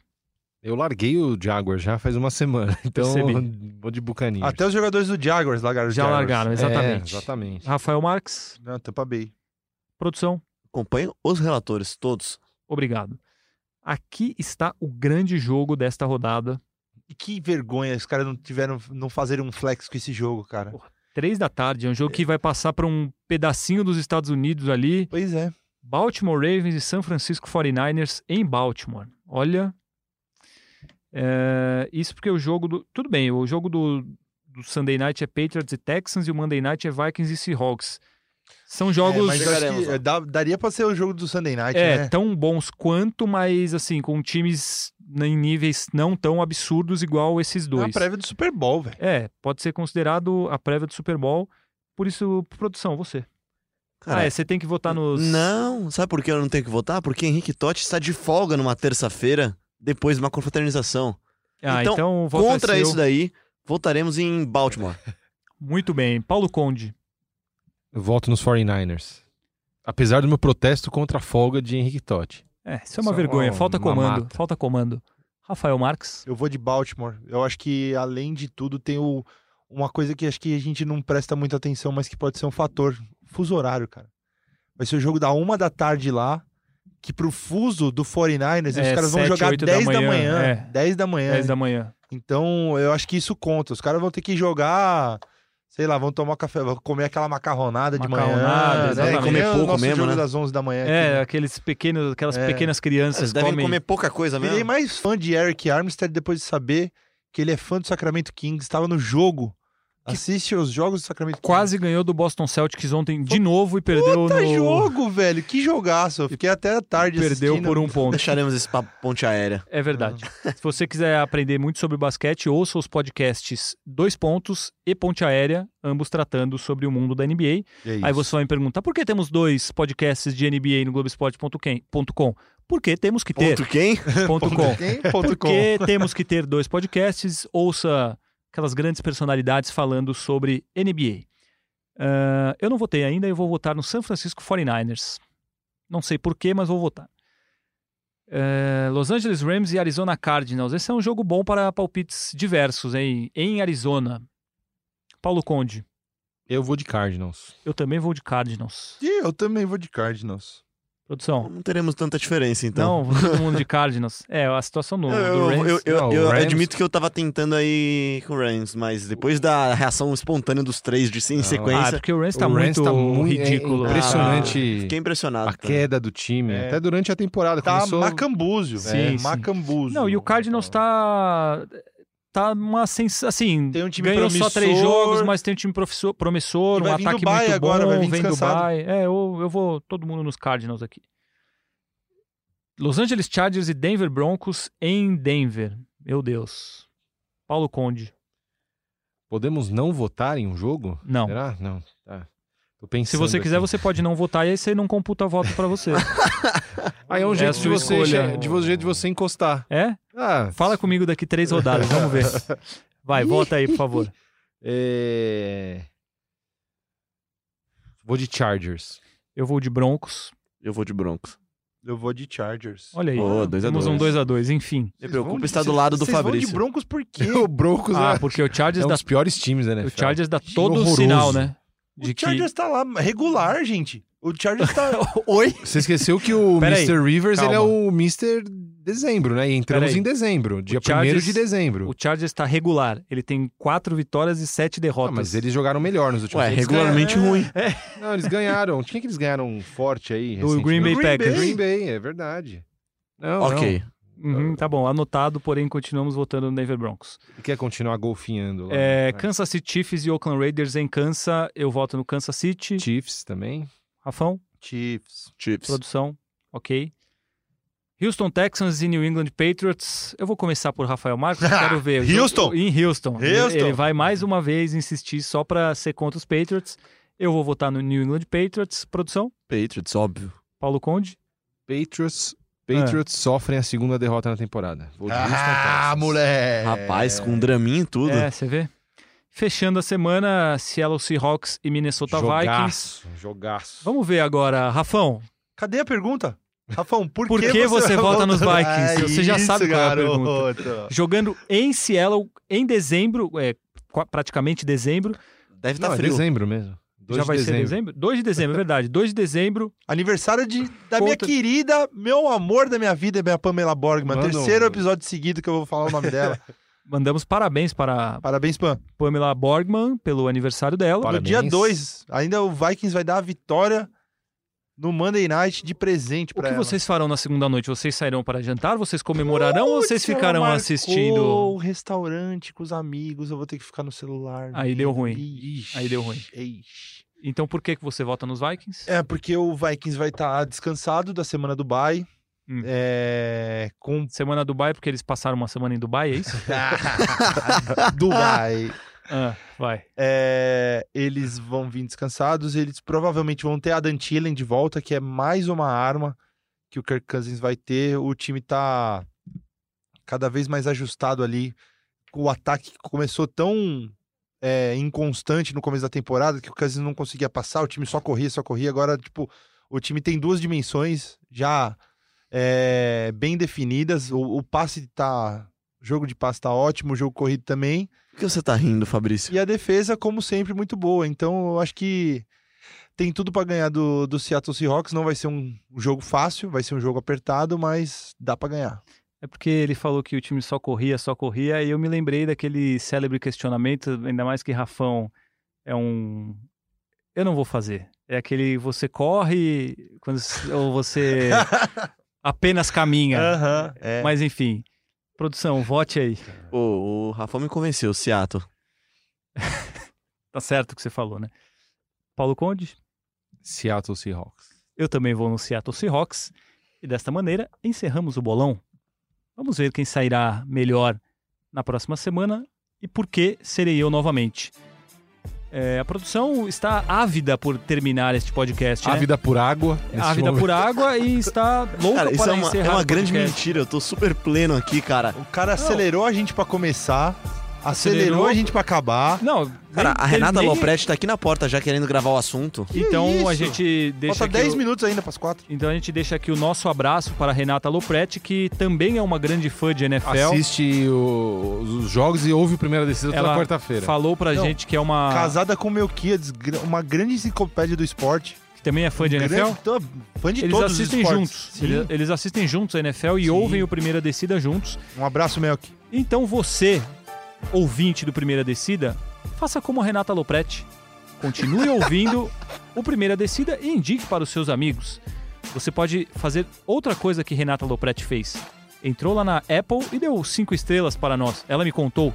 Speaker 3: Eu larguei o Jaguar já faz uma semana, então
Speaker 1: Percebi.
Speaker 3: vou de Bucaninhos.
Speaker 2: Até os jogadores do Jaguars largaram os
Speaker 1: Já
Speaker 2: Jaguars.
Speaker 1: largaram, exatamente.
Speaker 3: É, exatamente.
Speaker 1: Rafael Marques,
Speaker 2: Não, Tampa Bay.
Speaker 1: produção,
Speaker 5: Acompanha os relatores todos.
Speaker 1: obrigado. Aqui está o grande jogo desta rodada.
Speaker 2: E que vergonha os caras não tiveram, não fazer um flex com esse jogo, cara.
Speaker 1: Porra. Três da tarde, é um jogo que vai passar para um pedacinho dos Estados Unidos ali.
Speaker 2: Pois é.
Speaker 1: Baltimore Ravens e San Francisco 49ers em Baltimore. Olha, é, isso porque o jogo do... Tudo bem, o jogo do, do Sunday Night é Patriots e Texans e o Monday Night é Vikings e Seahawks. São
Speaker 2: É,
Speaker 1: jogos
Speaker 2: mas eu acho que, é, dá- daria pra ser o jogo do Sunday Night,
Speaker 1: é,
Speaker 2: né?
Speaker 1: tão bons quanto, mas assim, com times em níveis não tão absurdos igual esses
Speaker 2: Na
Speaker 1: dois.
Speaker 2: É prévia do Super Bowl, velho.
Speaker 1: É, pode ser considerado a prévia do Super Bowl. Por isso, produção, você.
Speaker 5: Cara,
Speaker 1: ah, é, você tem que votar nos...
Speaker 5: Não, sabe por que eu não tenho que votar? Porque Henrique Totti está de folga numa terça-feira, depois de uma confraternização.
Speaker 1: Ah, então,
Speaker 5: então,
Speaker 1: o voto é
Speaker 5: Contra
Speaker 1: seu.
Speaker 5: isso daí, votaremos em Baltimore.
Speaker 1: Muito bem. Paulo Conde.
Speaker 3: Eu voto nos 49ers. Apesar do meu protesto contra a folga de Henrique Totti.
Speaker 1: É, isso é uma
Speaker 3: Só
Speaker 1: vergonha.
Speaker 3: uma-
Speaker 1: Falta
Speaker 3: uma
Speaker 1: comando.
Speaker 3: mata.
Speaker 1: Falta comando. Rafael Marques.
Speaker 2: Eu vou de Baltimore. Eu acho que, além de tudo, tem o- uma coisa que acho que a gente não presta muita atenção, mas que pode ser um fator. Fuso horário, cara. Vai ser o jogo da uma da tarde lá, que pro fuso do 49ers,
Speaker 1: É,
Speaker 2: os caras vão
Speaker 1: sete,
Speaker 2: jogar
Speaker 1: oito da
Speaker 2: 10 da
Speaker 1: manhã,
Speaker 2: manhã.
Speaker 1: é.
Speaker 2: 10 da manhã.
Speaker 1: 10 da manhã.
Speaker 2: Então, eu acho que isso conta. Os caras vão ter que jogar... Sei lá, vão tomar café, vão comer aquela macarronada,
Speaker 1: Macarronada,
Speaker 2: de manhã. né?
Speaker 1: exatamente.
Speaker 2: Que nem
Speaker 5: Comer
Speaker 2: o
Speaker 5: pouco
Speaker 2: nosso
Speaker 5: mesmo,
Speaker 2: jogo
Speaker 5: né?
Speaker 2: das 11 da manhã. aqui,
Speaker 1: É, aqueles pequenos, aquelas
Speaker 2: É.
Speaker 1: pequenas crianças
Speaker 5: Vocês devem
Speaker 1: comem...
Speaker 5: comer pouca coisa
Speaker 2: Virei
Speaker 5: mesmo.
Speaker 2: mais fã de Eric Armstead depois de saber que ele é fã do Sacramento Kings, estava no jogo. Assiste os jogos do Sacramento
Speaker 1: Quase ganhou do Boston Celtics ontem de novo e perdeu
Speaker 2: Kings. Puta
Speaker 1: no...
Speaker 2: jogo, velho. Que jogaço. Eu fiquei até a tarde
Speaker 1: Perdeu
Speaker 2: assistindo.
Speaker 1: por um ponto.
Speaker 5: Deixaremos esse papo ponte aérea.
Speaker 1: É verdade. Se você quiser aprender muito sobre basquete, ouça os podcasts Dois Pontos e Ponte Aérea, ambos tratando sobre o mundo da NBA.
Speaker 2: É isso.
Speaker 1: Aí você vai me perguntar, por que temos dois podcasts de NBA no Globoesporte.com? Porque temos que ter.
Speaker 5: Ponto quem?
Speaker 1: Ponto com.
Speaker 2: Quem? Ponto com.
Speaker 1: Porque temos que ter dois podcasts, ouça aquelas grandes personalidades falando sobre NBA. Ah, eu não votei ainda, eu vou votar no San Francisco 49ers. Não sei porquê, mas vou votar. Eh, Los Angeles Rams e Arizona Cardinals. Esse é um jogo bom para palpites diversos hein? em Arizona. Paulo Conde,
Speaker 3: Eu vou de Cardinals.
Speaker 1: eu também vou de Cardinals.
Speaker 2: E eu também vou de Cardinals.
Speaker 1: Produção.
Speaker 5: Não teremos tanta diferença, então.
Speaker 1: Não, vou todo mundo de Cardinals. É, a situação no,
Speaker 5: Eu,
Speaker 1: do
Speaker 5: eu,
Speaker 1: Rams.
Speaker 5: eu- eu-
Speaker 3: Não, o
Speaker 5: eu
Speaker 3: Rams-
Speaker 5: admito que eu tava tentando aí com o Rams, mas depois da reação espontânea dos três de sim em
Speaker 3: Não.
Speaker 1: Ah, é
Speaker 5: sequência,
Speaker 1: porque o Rams
Speaker 3: O
Speaker 1: tá,
Speaker 3: Rams
Speaker 1: muito
Speaker 3: tá muito-
Speaker 1: ridículo.
Speaker 3: é
Speaker 5: ah,
Speaker 3: impressionante
Speaker 5: fiquei impressionado.
Speaker 3: a
Speaker 5: tá?
Speaker 3: queda do time.
Speaker 2: É.
Speaker 3: Até durante a temporada.
Speaker 2: Tá
Speaker 3: começou...
Speaker 2: macambúzio,
Speaker 1: Sim,
Speaker 2: velho.
Speaker 1: sim.
Speaker 2: Macambúzio.
Speaker 1: Não, e o Cardinals tá. Tá uma sensação. Assim,
Speaker 2: Tem um time
Speaker 1: ganhou só três
Speaker 2: promissor.
Speaker 1: jogos, mas tem um time professor- promissor,
Speaker 2: E
Speaker 1: um
Speaker 2: vai vir do
Speaker 1: ataque
Speaker 2: bye
Speaker 1: muito
Speaker 2: agora,
Speaker 1: bom,
Speaker 2: vai vir
Speaker 1: vem do
Speaker 2: descansado.
Speaker 1: bye. É, eu, eu vou todo mundo nos Cardinals aqui. Los Angeles Chargers e Denver Broncos em Denver. Meu Deus. Paulo Conde.
Speaker 3: Podemos não votar em um jogo?
Speaker 1: Não.
Speaker 3: Será? Não. Tá. Tô
Speaker 1: Se
Speaker 3: pensando
Speaker 1: você quiser,
Speaker 3: aqui.
Speaker 1: você pode não votar e aí você não computa voto pra você.
Speaker 3: Aí é um
Speaker 1: É
Speaker 3: jeito
Speaker 1: a
Speaker 3: de
Speaker 1: sua
Speaker 3: você,
Speaker 1: escolha.
Speaker 3: de você, de você encostar.
Speaker 1: é?
Speaker 3: Ah,
Speaker 1: Fala comigo daqui três rodadas, vamos ver. Vai, vota aí, por favor.
Speaker 3: É... Vou de Chargers.
Speaker 1: Eu vou de Broncos.
Speaker 5: Eu vou de Broncos.
Speaker 2: Eu vou de Chargers.
Speaker 1: Olha aí.
Speaker 5: Ô, dois a
Speaker 1: Temos
Speaker 5: dois.
Speaker 1: um 2x2, enfim.
Speaker 5: Me
Speaker 2: Vocês
Speaker 5: preocupa
Speaker 2: vão de-
Speaker 5: estar do
Speaker 2: vocês-
Speaker 5: lado do
Speaker 2: vocês vão
Speaker 5: Fabrício.
Speaker 2: de Broncos por quê?
Speaker 3: o Broncos
Speaker 1: Ah,
Speaker 3: é,
Speaker 1: porque o Chargers
Speaker 3: é um
Speaker 1: dá
Speaker 3: dos piores times da NFL.
Speaker 1: O Chargers dá
Speaker 3: Que
Speaker 1: todo o
Speaker 3: horroroso.
Speaker 1: sinal, né? De
Speaker 2: O
Speaker 1: que...
Speaker 2: Chargers tá lá regular, gente. O Chargers tá.
Speaker 5: Oi?
Speaker 3: Você esqueceu que o
Speaker 1: Pera aí,
Speaker 3: Mr. Rivers ele é
Speaker 1: calma.
Speaker 3: o Mr. Dezembro, né? E entramos
Speaker 1: Pera aí.
Speaker 3: em dezembro, dia 1
Speaker 1: Chargers-
Speaker 3: de dezembro.
Speaker 1: O Chargers tá regular. Ele tem quatro vitórias e sete
Speaker 3: Ah,
Speaker 1: derrotas.
Speaker 3: mas eles jogaram melhor nos últimos
Speaker 5: Ué,
Speaker 3: tempos.
Speaker 5: regularmente
Speaker 1: um-
Speaker 3: Eles
Speaker 5: ruim.
Speaker 3: ganharam- Não, eles ganharam. Quem é que eles ganharam forte aí?
Speaker 1: Do
Speaker 3: recentemente?
Speaker 1: Green Bay
Speaker 2: Green
Speaker 1: Packers.
Speaker 3: Green Bay, é verdade. Não,
Speaker 5: Ok.
Speaker 1: Uhum, tá bom, anotado, porém continuamos votando no Denver Broncos.
Speaker 3: não. Quer continuar golfinhando lá. né?
Speaker 1: É,
Speaker 3: Vai.
Speaker 1: Kansas City Chiefs e Oakland Raiders em Kansas. Eu voto no Kansas City.
Speaker 3: Chiefs também.
Speaker 1: Rafão,
Speaker 2: Chiefs.
Speaker 5: Chips.
Speaker 1: produção, ok. Houston Texans e New England Patriots. Eu vou começar por Rafael Marcos, quero ver.
Speaker 2: Houston!
Speaker 1: Em Houston. Ele-
Speaker 2: Houston!
Speaker 1: Ele vai mais uma vez insistir só pra ser contra os Patriots. Eu vou votar no New England Patriots. Produção,
Speaker 5: Patriots, óbvio.
Speaker 1: Paulo Conde.
Speaker 3: Patriots,
Speaker 1: É.
Speaker 3: Patriots sofrem a segunda derrota na temporada. Vou de Houston
Speaker 1: tá-
Speaker 2: Ah,
Speaker 3: Texans.
Speaker 2: moleque.
Speaker 5: Rapaz, com um draminha e tudo.
Speaker 1: É, você vê. Fechando a semana, Seattle Seahawks e Minnesota Vikings.
Speaker 3: Jogaço, jogaço.
Speaker 1: Vamos ver agora, Rafão.
Speaker 2: Cadê a pergunta? Rafão, por,
Speaker 1: Por que você vota nos Vikings? Você já sabe qual é a
Speaker 2: pergunta.
Speaker 1: Jogando em Seattle em dezembro, é, qua- praticamente dezembro.
Speaker 5: Deve
Speaker 3: Não,
Speaker 5: estar
Speaker 3: é
Speaker 5: frio.
Speaker 3: dezembro mesmo. Dois
Speaker 1: já
Speaker 3: de
Speaker 1: vai
Speaker 3: dezembro.
Speaker 1: ser dezembro? 2 de dezembro, é verdade. 2 de dezembro.
Speaker 2: Aniversário de, da minha
Speaker 1: Conta-
Speaker 2: querida, meu amor da minha vida, é minha Pamela Borgman.
Speaker 3: Manda um-
Speaker 2: Terceiro episódio seguido que eu vou falar o nome dela.
Speaker 1: Mandamos parabéns para
Speaker 2: Parabéns, Pam.
Speaker 1: Pamela Borgman pelo aniversário dela.
Speaker 3: Parabéns.
Speaker 2: No dia 2, ainda o Vikings vai dar a vitória no Monday Night de presente
Speaker 1: O
Speaker 2: pra
Speaker 1: que
Speaker 2: ela.
Speaker 1: vocês farão na segunda noite? Vocês sairão para jantar? Vocês comemorarão ou vocês
Speaker 2: Putz, ela
Speaker 1: ficarão
Speaker 2: marcou
Speaker 1: assistindo?
Speaker 2: o restaurante com os amigos, eu vou ter que ficar no celular.
Speaker 1: Aí deu ruim.
Speaker 2: Ixi,
Speaker 1: Aí deu ruim.
Speaker 2: ixi.
Speaker 1: Então por que, que você vota nos Vikings?
Speaker 2: É, porque o Vikings vai estar descansado da semana do bye.
Speaker 1: Hum.
Speaker 2: É, com
Speaker 1: Semana Dubai, porque eles passaram uma semana em Dubai, é isso?
Speaker 2: Dubai.
Speaker 1: ah, vai.
Speaker 2: É, eles vão vir descansados. Eles provavelmente vão ter a Dantilen de volta, que é mais uma arma que o Kirk Cousins vai ter. O time tá cada vez mais ajustado ali. O ataque que começou tão é, inconstante no começo da temporada que o Cousins não conseguia passar. O time só corria, só corria. Agora, tipo, o time tem duas dimensões já é, bem definidas. O, o passe tá. O jogo de passe tá ótimo, o jogo corrido também.
Speaker 5: Por que você tá rindo, Fabrício?
Speaker 2: E a defesa, como sempre, muito boa. Então, eu acho que tem tudo pra ganhar do, do Seattle Seahawks. Não vai ser um jogo fácil, vai ser um jogo apertado, mas dá pra ganhar.
Speaker 1: É porque ele falou que o time só corria, só corria, e eu me lembrei daquele célebre questionamento, ainda mais que Rafão é um. Eu não vou fazer. É aquele você corre quando... ou você apenas caminha.
Speaker 2: Aham. É.
Speaker 1: Mas enfim. Produção, vote aí.
Speaker 5: O, o Rafa me convenceu, Seattle.
Speaker 1: Tá certo o que você falou, né? Paulo Conde,
Speaker 3: Seattle Seahawks.
Speaker 1: eu também vou no Seattle Seahawks. E desta maneira, encerramos o bolão. Vamos ver quem sairá melhor na próxima semana e por que serei eu novamente. É, a produção está ávida por terminar este podcast. né?
Speaker 3: Ávida por água. nesse
Speaker 1: Ávida
Speaker 3: momento.
Speaker 1: por água e está louca
Speaker 5: Cara, isso
Speaker 1: para
Speaker 5: é uma,
Speaker 1: encerrar
Speaker 5: é uma
Speaker 1: o
Speaker 5: grande
Speaker 1: podcast.
Speaker 5: mentira. Eu tô super pleno aqui, cara.
Speaker 2: O cara acelerou a gente pra começar, acelerou,
Speaker 1: Acelerou.
Speaker 2: a gente pra acabar.
Speaker 1: Não,
Speaker 5: Cara,
Speaker 1: nem
Speaker 5: a Renata
Speaker 1: terminei.
Speaker 5: Lopretti tá aqui na porta já querendo gravar o assunto.
Speaker 1: Então
Speaker 2: Que
Speaker 1: a
Speaker 2: isso?
Speaker 1: gente deixa
Speaker 2: Falta
Speaker 1: aqui
Speaker 2: 10
Speaker 1: o-
Speaker 2: minutos ainda pras quatro.
Speaker 1: Então a gente deixa aqui o nosso abraço para a Renata Lopretti, que também é uma grande fã de NFL.
Speaker 3: Assiste o- os jogos e ouve o primeira decisão toda
Speaker 1: Ela
Speaker 3: quarta-feira.
Speaker 1: Falou pra
Speaker 2: Não,
Speaker 1: gente que é uma.
Speaker 2: Casada com Melquiades, gra- uma grande enciclopédia do esporte.
Speaker 1: que também é fã de NFL.
Speaker 2: Grande- tô Fã de
Speaker 1: Eles
Speaker 2: todos os
Speaker 1: assistem
Speaker 2: esportes.
Speaker 1: juntos.
Speaker 2: Sim.
Speaker 1: Eles, eles assistem juntos a NFL e
Speaker 2: Sim.
Speaker 1: ouvem o Primeira Descida juntos.
Speaker 2: Um abraço, Melk.
Speaker 1: Então você, ouvinte do Primeira Descida, faça como a Renata Lopretti. Continue ouvindo o Primeira Descida e indique para os seus amigos. Você pode fazer outra coisa que Renata Lopretti fez. Entrou lá na Apple e deu cinco estrelas para nós. Ela me contou.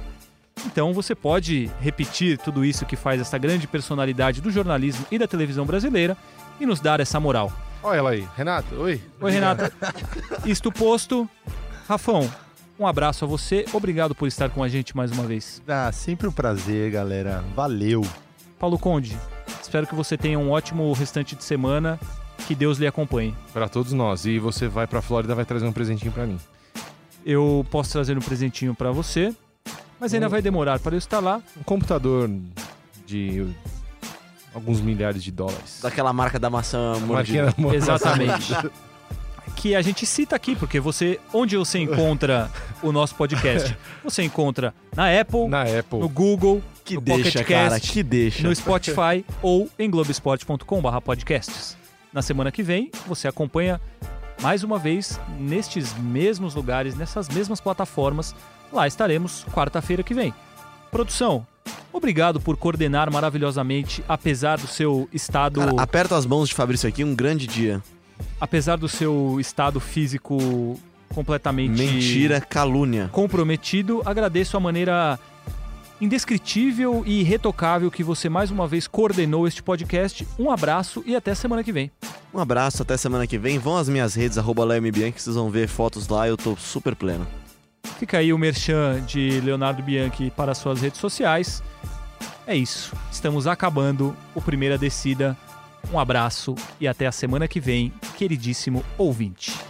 Speaker 1: Então você pode repetir tudo isso que faz essa grande personalidade do jornalismo e da televisão brasileira e nos dar essa moral.
Speaker 3: Olha ela aí. Renata, oi.
Speaker 1: Oi, Renata. Isto posto, Rafão, um abraço a você. Obrigado por estar com a gente mais uma vez.
Speaker 2: Ah, sempre um prazer, galera. Valeu.
Speaker 1: Paulo Conde, espero que você tenha um ótimo restante de semana. Que Deus lhe acompanhe.
Speaker 3: Pra todos nós. E você vai pra Flórida, vai trazer um presentinho pra mim.
Speaker 1: Eu posso trazer um presentinho pra você, mas ainda
Speaker 3: Hum.
Speaker 1: vai demorar para eu estar lá.
Speaker 3: Um computador de alguns milhares de dólares.
Speaker 5: Daquela marca da maçã mordida.
Speaker 3: Marquinha da Moura.
Speaker 1: Exatamente. que a gente cita aqui, porque você, onde você encontra o nosso podcast? Você encontra na Apple,
Speaker 3: Na Apple.
Speaker 1: no Google,
Speaker 5: Que
Speaker 1: no
Speaker 5: deixa,
Speaker 1: Pocket
Speaker 5: cara.
Speaker 1: Cast,
Speaker 5: Que deixa.
Speaker 1: no Spotify ou em globesport.com/podcasts. Na semana que vem, você acompanha mais uma vez nestes mesmos lugares, nessas mesmas plataformas. Lá estaremos quarta-feira que vem. Produção, obrigado por coordenar maravilhosamente, apesar do seu estado,
Speaker 5: Cara, aperta as mãos de Fabrício aqui, um grande dia.
Speaker 1: apesar do seu estado físico completamente
Speaker 5: Mentira, calúnia.
Speaker 1: comprometido. Agradeço a maneira indescritível e irretocável que você mais uma vez coordenou este podcast. Um abraço e até semana que vem.
Speaker 5: Um abraço, até semana que vem. Vão às minhas redes, arroba Léo M. Bianchi, vocês vão ver fotos lá, eu tô super pleno.
Speaker 1: Fica aí o merchan de Leonardo Bianchi para suas redes sociais. É isso. Estamos acabando o Primeira Descida. Um abraço e até a semana que vem, queridíssimo ouvinte.